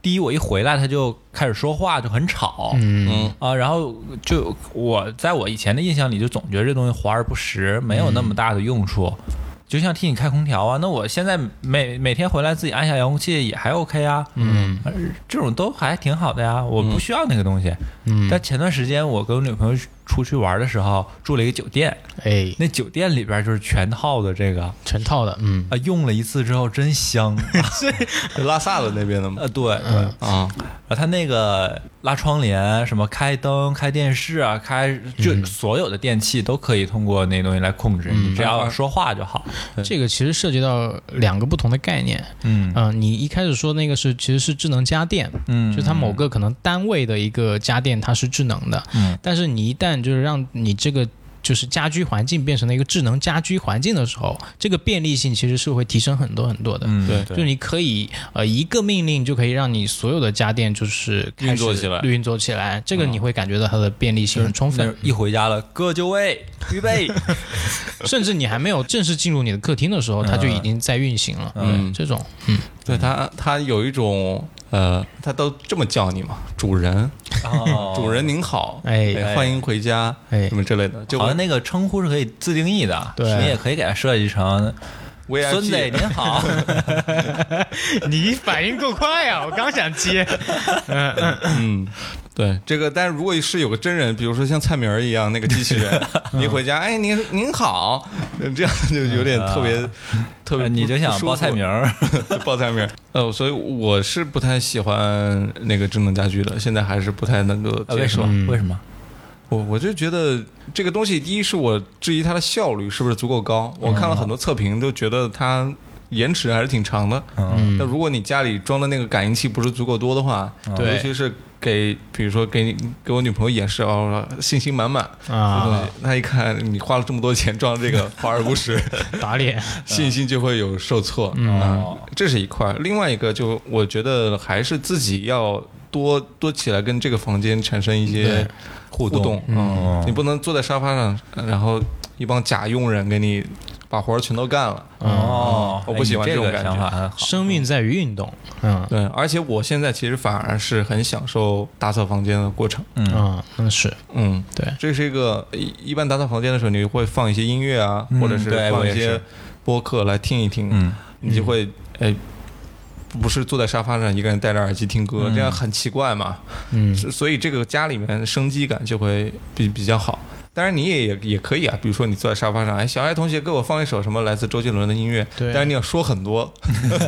S2: 第一我一回来他就开始说话，就很吵。
S3: 嗯，
S1: 嗯
S2: 啊，然后就我在我以前的印象里，就总觉得这东西华而不实，没有那么大的用处。
S1: 嗯
S2: 就像替你开空调啊，那我现在每每天回来自己按下遥控器也还 OK 啊，嗯，这种都还挺好的呀，我不需要那个东西。
S3: 嗯
S2: 但前段时间我跟我女朋友出去玩的时候，住了一个酒店，
S3: 哎，
S2: 那酒店里边就是全套的这个啊、
S3: 全套的，嗯，
S2: 用了一次之后真香，
S1: 嗯拉萨的那边的吗？
S2: 呃，对，对
S1: 啊，
S2: 然后它那个拉窗帘、什么开灯、开电视啊、开就所有的电器都可以通过那东西来控制，你只要说话就好。
S3: 这个其实涉及到两个不同的概念，
S2: 嗯
S3: 嗯、你一开始说那个是其实是智能家电，
S2: 嗯，
S3: 就是它某个可能单位的一个家电它是智能的，
S2: 嗯
S3: 但是你一旦就是让你这个。就是家居环境变成了一个智能家居环境的时候，这个便利性其实是会提升很多很多的。
S2: 嗯
S1: 对
S3: 就你可以呃一个命令就可以让你所有的家电就是开始
S1: 运作起来嗯
S3: 运作起来，这个你会感觉到它的便利性很充
S2: 那
S3: 分，
S2: 一回家了，哥就位，预备，
S3: 甚至你还没有正式进入你的客厅的时候，它就已经在运行了。
S1: 嗯
S3: 这种
S1: 对他，他有一种呃，他都这么叫你嘛，主人，
S2: 哦
S1: 主人您好，
S3: 哎
S1: 欢迎回家，
S3: 哎
S1: 什么之类的，就
S2: 好像那个称呼是可以自定义的，
S3: 对
S2: 你也可以给它设 计成
S1: VIP
S2: 孙子哎您好，
S3: 你反应够快啊呀、我刚想接。
S1: 嗯，对这个，但是如果是有个真人，比如说像蔡明儿一样那个机器 人，你回家，哎，您您好，这样 就有点特别、 特别不，
S2: 你就想报菜名儿，
S1: 儿，报菜名儿。呃，所以我是不太喜欢那个智能家居的，现在还是不太能够
S2: 呃
S1: 接
S2: 为
S1: 受
S2: 什。么？为什么？
S1: 我我就觉得这个东西，第一是我质疑它的效率是不是足够高，我看了很多测评，都觉得它延迟还是挺长的。
S2: 嗯
S1: 那如果你家里装的那个感应器不是足够多的话，
S3: 对
S1: 尤其是给比如说给你给我女朋友演示哦，信心满满这东
S3: 啊
S1: 西，，她一看你花了这么多钱装这个华而不实，
S3: 打脸，
S1: 信心就会有受挫。
S2: 哦
S1: 这是一块儿，另外一个就我觉得还是自己要多多起来跟这个房间产生一些
S3: 对
S1: 互
S2: 动
S1: 嗯
S2: 嗯，
S1: 你不能坐在沙发上，呃然后一帮假佣人给你把活儿全都干了。
S2: 哦，
S1: 嗯我不喜欢
S2: 哎你
S1: 这
S2: 这
S1: 种
S2: 个
S1: 感觉
S2: 想法很好，
S3: 生命在于运动。嗯
S1: 对，而且我现在其实反而是很享受打扫房间的过程。
S2: 嗯
S3: 嗯，那是
S1: 嗯，
S3: 对
S1: 这是一个一一般打扫房间的时候，你会放一些音乐啊，
S2: 嗯
S1: 或者
S2: 对
S1: 放
S2: 我
S1: 一
S2: 也
S1: 些
S2: 是
S1: 播客来听一听，
S2: 嗯
S1: 你就会哎不是坐在沙发上一个人戴着耳机听歌，
S2: 嗯
S1: 这样很奇怪嘛。
S3: 嗯，
S1: 是所以这个家里面生机感就会比比较好。当然你也也也可以啊，比如说你坐在沙发上，哎，小爱同学给我放一首什么来自周杰伦的音乐，
S3: 对
S1: 但是你要说很多，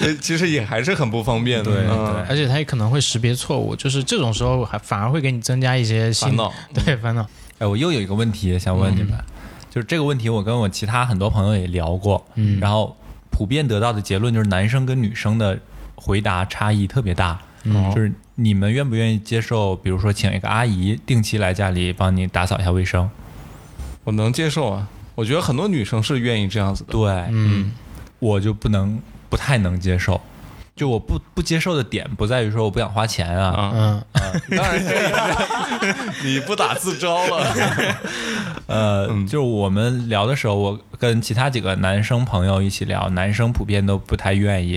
S1: 呃其实也还是很不方便的。
S2: 对
S1: 嗯
S2: 对
S3: 而且它也可能会识别错误，就是这种时候还反而会给你增加一些新
S1: 烦恼，
S3: 对烦恼。
S2: 哎，我又有一个问题想问你
S1: 嗯
S2: 们，就是这个问题，我跟我其他很多朋友也聊过，
S3: 嗯
S2: 然后普遍得到的结论就是男生跟女生的回答差异特别大，
S1: 哦
S3: 嗯
S2: 就是你们愿不愿意接受，比如说请一个阿姨定期来家里帮你打扫一下卫生？
S1: 我能接受啊。我觉得很多女生是愿意这样子的。
S2: 对，
S3: 嗯
S2: 我就不能不太能接受。就我不不接受的点不在于说我不想花钱啊，
S1: 啊，
S3: 嗯，
S1: 当然这个是你不打自招了。
S2: 呃，就是我们聊的时候，我跟其他几个男生朋友一起聊，男生普遍都不太愿意，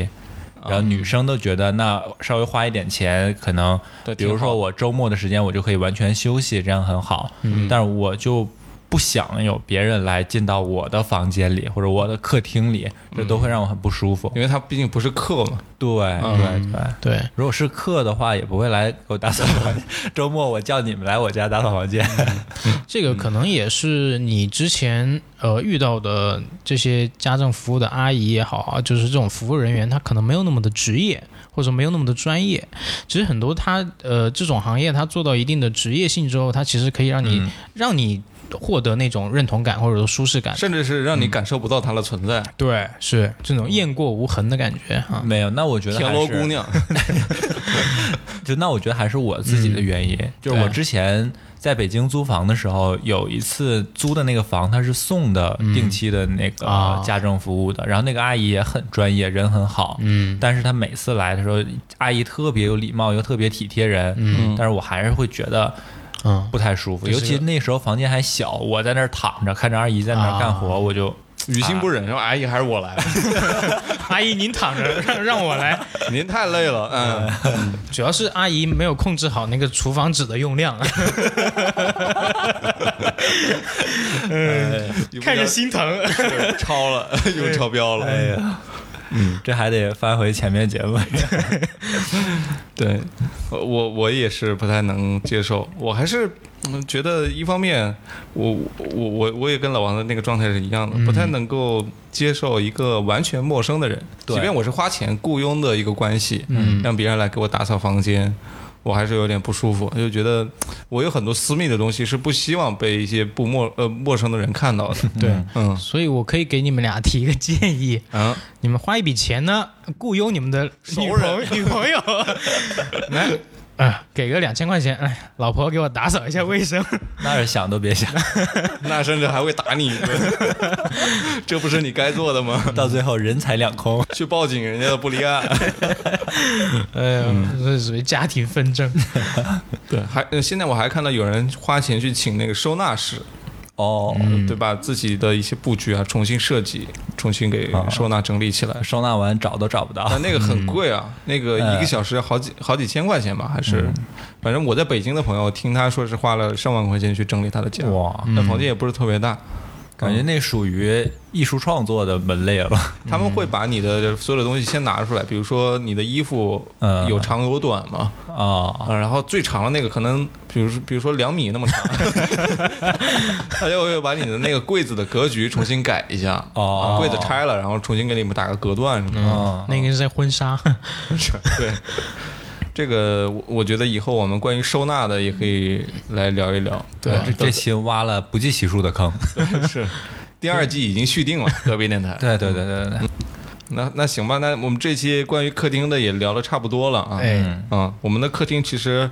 S2: 然后女生都觉得那稍微花一点钱，可能
S1: 对
S2: 比如
S1: 挺好
S2: 说我周末的时间我就可以完全休息，这样很好。嗯，但是我就不想有别人来进到我的房间里或者我的客厅里，这都会让我很不舒服。
S1: 因为他毕竟不是客嘛。
S2: 对对对。
S3: 对，
S2: 如果是客的话，也不会来给我打扫房间。周末我叫你们来我家打扫房间。
S3: 这个可能也是你之前呃遇到的这些家政服务的阿姨也好啊，就是这种服务人员，他可能没有那么的职业，或者没有那么的专业。其实很多他呃这种行业，他做到一定的职业性之后，他其实可以让你、
S2: 嗯
S3: 让你获得那种认同感或者说舒适感。
S1: 甚至是让你感受不到它的存在。
S3: 对，是这种雁过无痕的感觉啊。
S2: 没有，那我觉得
S1: 田
S2: 还
S1: 螺
S2: 是
S1: 姑 娘，
S2: 就那我觉得还是我自己的原因，
S3: 嗯
S2: 就是我之前在北京租房的时候，有一次租的那个房它是送的定期的那个
S3: 啊
S2: 家政服务的，然后那个阿姨也很专业，人很好，
S3: 嗯
S2: 但是她每次来的时候，阿姨特别有礼貌，又特别体贴人，
S3: 嗯
S2: 但是我还是会觉得
S3: 嗯，
S2: 不太舒服，
S3: 这
S2: 尤
S3: 是
S2: 其那时候房间还小，我在那儿躺着看着阿姨在那
S3: 啊
S2: 儿干活，我就
S1: 于心不忍，说哎阿姨还是我来吧，
S3: 阿姨您躺着， 让让我来。
S1: 您太累了。嗯，
S3: 主要是阿姨没有控制好那个厨房纸的用 量，啊
S1: 有
S3: 看着
S1: 点
S3: 心疼。
S1: 对超了， 又超标了。哎呀，
S2: 这还得翻回前面节目。
S1: 对，我我我也是不太能接受，我还是嗯觉得一方面，我我我我也跟老王的那个状态是一样的，不太能够接受一个完全陌生的人，
S2: 对
S1: 即便我是花钱雇佣的一个关系，
S3: 嗯
S1: 让别人来给我打扫房间。我还是有点不舒服，就觉得我有很多私密的东西是不希望被一些不陌呃陌生的人看到的。
S3: 对，
S1: 嗯
S3: 所以我可以给你们俩提一个建议，
S1: 啊，
S3: 你们花一笔钱呢，雇佣你们的女
S1: 熟人
S3: 朋 女朋友，来，啊、给个两千块钱，哎，老婆给我打扫一下卫生。
S2: 那是想都别想，
S1: 那甚至还会打你一 顿，这不是你该做的吗？
S2: 到最后人财两空。
S1: 去报警，人家都不立案。
S3: 哎呀，这属于家庭纷争。
S1: 对，还呃现在我还看到有人花钱去请那个收纳师，
S2: 哦，
S1: 对吧？自己的一些布局啊，重新设计，重新给
S2: 啊
S1: 收纳整理起来。
S2: 收纳完找都找不到。
S1: 但那个
S2: 嗯
S1: 很贵啊，那个
S2: 哎
S1: 一个小时要好几好几千块钱吧，还是，
S2: 嗯
S1: 反正我在北京的朋友听他说是花了上万块钱去整理他的家，
S2: 嗯哇，嗯
S1: 那房间也不是特别大，
S2: 感觉那属于艺术创作的门类了。
S1: 他们会把你的所有的东西先拿出来，比如说你的衣服
S2: 嗯
S1: 有长有短嘛，
S2: 啊，
S1: 啊，然后最长的那个可能，比如说比如说两米那么长， 他就会把你的那个柜子的格局重新改一下，
S2: 哦
S1: 啊柜子拆了，然后重新给你们打个隔断什么的，
S2: 嗯，
S3: 那个是在婚纱，
S1: 对。这个我我觉得以后我们关于收纳的也可以来聊一聊。
S3: 对
S1: 啊
S2: 这这期挖了不计其数的坑。
S1: 是第二季已经续订了，隔壁电台。
S2: 对对对对对对，
S1: 那那行吧，那我们这期关于客厅的也聊的差不多了啊。
S3: 哎
S1: 嗯，啊，我们的客厅其实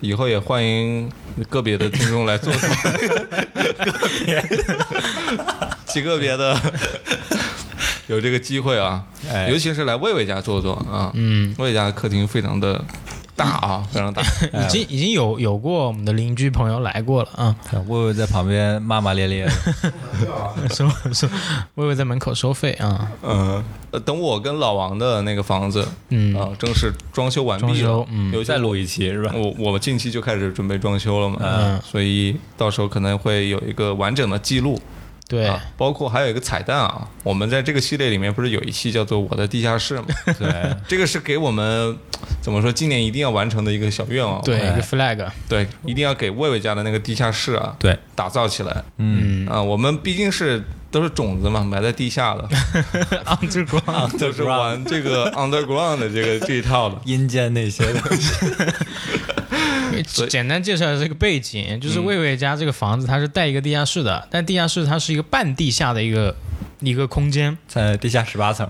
S1: 以后也欢迎个别的听众来做 客，个别极个别的有这个机会啊，
S2: 哎
S1: 尤其是来魏魏家坐坐啊。
S3: 嗯，
S1: 魏魏家客厅非常的大啊，非常 大。
S3: 已经已经有有过我们的邻居朋友来过了啊，
S2: 魏魏在旁边骂骂咧咧的。
S3: 收收，微微在门口收费啊，
S1: 嗯，呃等我跟老王的那个房子，
S3: 嗯
S1: 啊，正式装修完
S3: 装
S1: 毕了
S3: 修，，嗯
S1: 有
S2: 再
S1: 在
S2: 录一期是吧？
S1: 我我们近期就开始准备装修了嘛，
S3: 嗯
S1: 所以到时候可能会有一个完整的记录
S3: 对
S1: 啊，包括还有一个彩蛋啊，我们在这个系列里面不是有一期叫做《我的地下 室》吗？
S2: 对，
S1: 这个是给我们怎么说，今年一定要完成的一个小愿望。啊
S3: 对，
S2: 对
S3: 一个 flag，
S1: 对，一定要给魏魏家的那个地下室啊，
S2: 对，
S1: 打造起来。
S2: 嗯，
S1: 啊，我们毕竟是都是种子嘛，埋在地下 的，
S3: 嗯
S1: 啊
S3: underground，
S1: 都是玩这个 underground 的这个这一套的。
S2: 阴间那些东西，
S1: 所以嗯
S3: 简单介绍一下这个背景，就是魏魏家这个房子它是带一个地下室的，但地下室它是一个半地下的一个一个空间，
S2: 在地下十八层，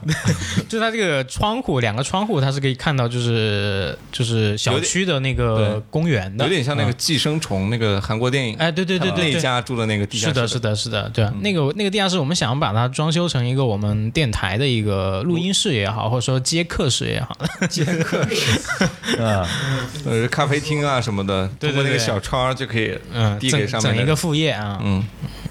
S3: 就它这个窗户两个窗户它是可以看到就是就是小区的 那
S1: 有点
S3: 个
S1: 对
S3: 公园的，
S1: 有点像那个《寄生虫》那个韩国电影，
S3: 哎对对对
S1: 他们
S3: 对
S1: 那
S3: 对。
S1: 家嗯住的那个地下
S3: 是
S1: 室。
S3: 的，是的，是的，对啊，那个那个地下室，我们想把它装修成一个我们电台的一个录音室也好，或者说接客室也好，
S2: 嗯，
S1: 呃，咖啡厅啊什么的，
S3: 对对对
S1: 通过那个小窗就可以
S3: 嗯，
S1: 递给
S3: 整
S1: 上面的
S3: 整一个
S1: 人
S3: 副业啊，
S1: 嗯，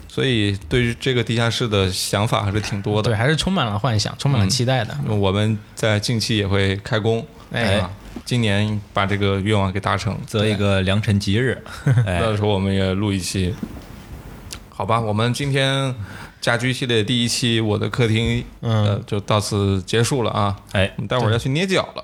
S1: 所以对于这个地下室的想法还是挺多
S3: 对，
S1: 的。
S3: 还是充满了幻想，
S1: 嗯
S3: 充满了期待的，
S1: 我们在近期也会开工，
S3: 哎
S1: 啊，今年把这个愿望给达成，
S2: 择一个良辰吉 日，哎
S1: 到，时候我们也录一期。好吧，我们今天家居系列第一期《我的客厅》呃
S3: 嗯，
S1: 就到此结束了啊。
S2: 哎
S1: 我，们待会儿要去捏脚了，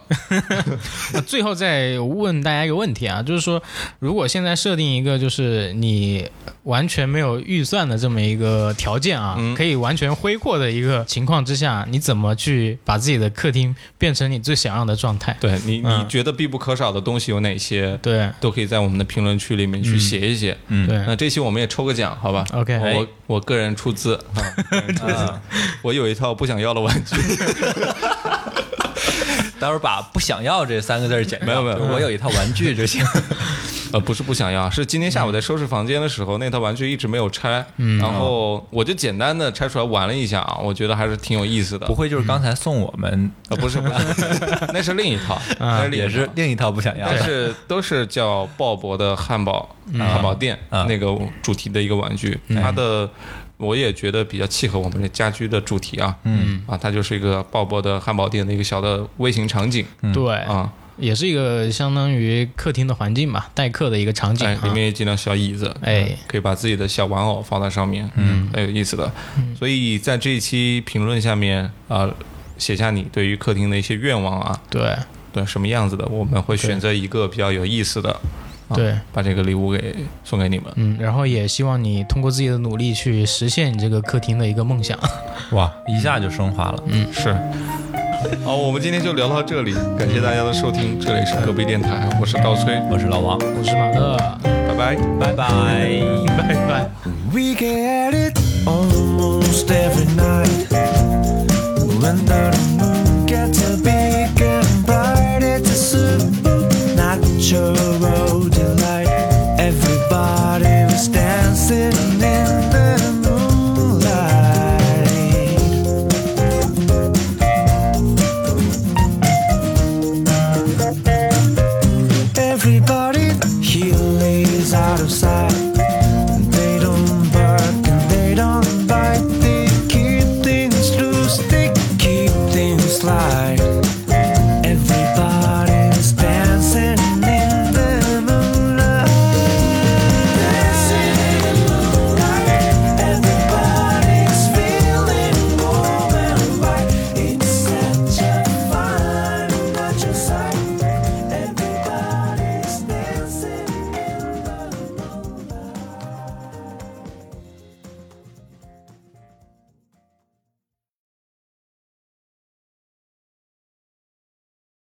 S3: 那最后再问大家一个问题啊，就是说，如果现在设定一个就是你完全没有预算的这么一个条件啊，
S1: 嗯
S3: 可以完全挥霍的一个情况之下，你怎么去把自己的客厅变成你最想要的状态？
S1: 对你你
S3: 嗯
S1: 觉得必不可少的东西有哪些？
S3: 对
S1: 都可以在我们的评论区里面去写一写。
S2: 嗯，
S1: 那
S3: 对
S1: 这期我们也抽个奖，好吧
S3: OK
S1: 我我个人出资哎 啊，
S2: 啊
S1: 我有一套不想要的玩具，
S2: 待会儿把“不想要”这三个字儿剪掉，
S1: 没有没有
S2: 就我有一套玩具就行。
S1: 呃，不是不想要，是今天下午在收拾房间的时候，那套玩具一直没有拆，嗯然后我就简单的拆出来玩了一下啊，我觉得还是挺有意思的
S2: 不。会就是刚才送我们
S1: 啊，不是不 是，那是另一套，那啊是另一套
S2: 也是另一套不想要
S1: 但是都是叫鲍勃的汉堡、汉堡店、
S2: 嗯
S1: 那个主题的一个玩具，它的我也觉得比较契合我们的家居的主题啊，嗯啊，它就是一个鲍勃的汉堡店的一个小的微型场景
S3: 对，
S1: 啊，
S3: 也是一个相当于客厅的环境吧，待客的一个场景
S1: 哎，
S3: 啊
S1: 里面有几张小椅子，嗯
S3: 哎
S1: 可以把自己的小玩偶放在上面，嗯，很有意思的。所以在这一期评论下面啊、呃写下你对于客厅的一些愿望啊，
S3: 对
S1: 对什么样子的，我们会选择一个比较有意思的，啊
S3: 对。
S1: 把这个礼物给送给你们。
S3: 嗯，然后也希望你通过自己的努力去实现你这个客厅的一个梦想。
S2: 哇，一下就升华了。
S1: 是。好，我们今天就聊到这里，感谢大家的收听，这里是隔壁电台，我是刀崔，
S2: 我是老王，
S3: 我是马乐，
S1: 拜拜。
S2: 拜拜。
S3: 拜拜。
S4: We get it almost every night.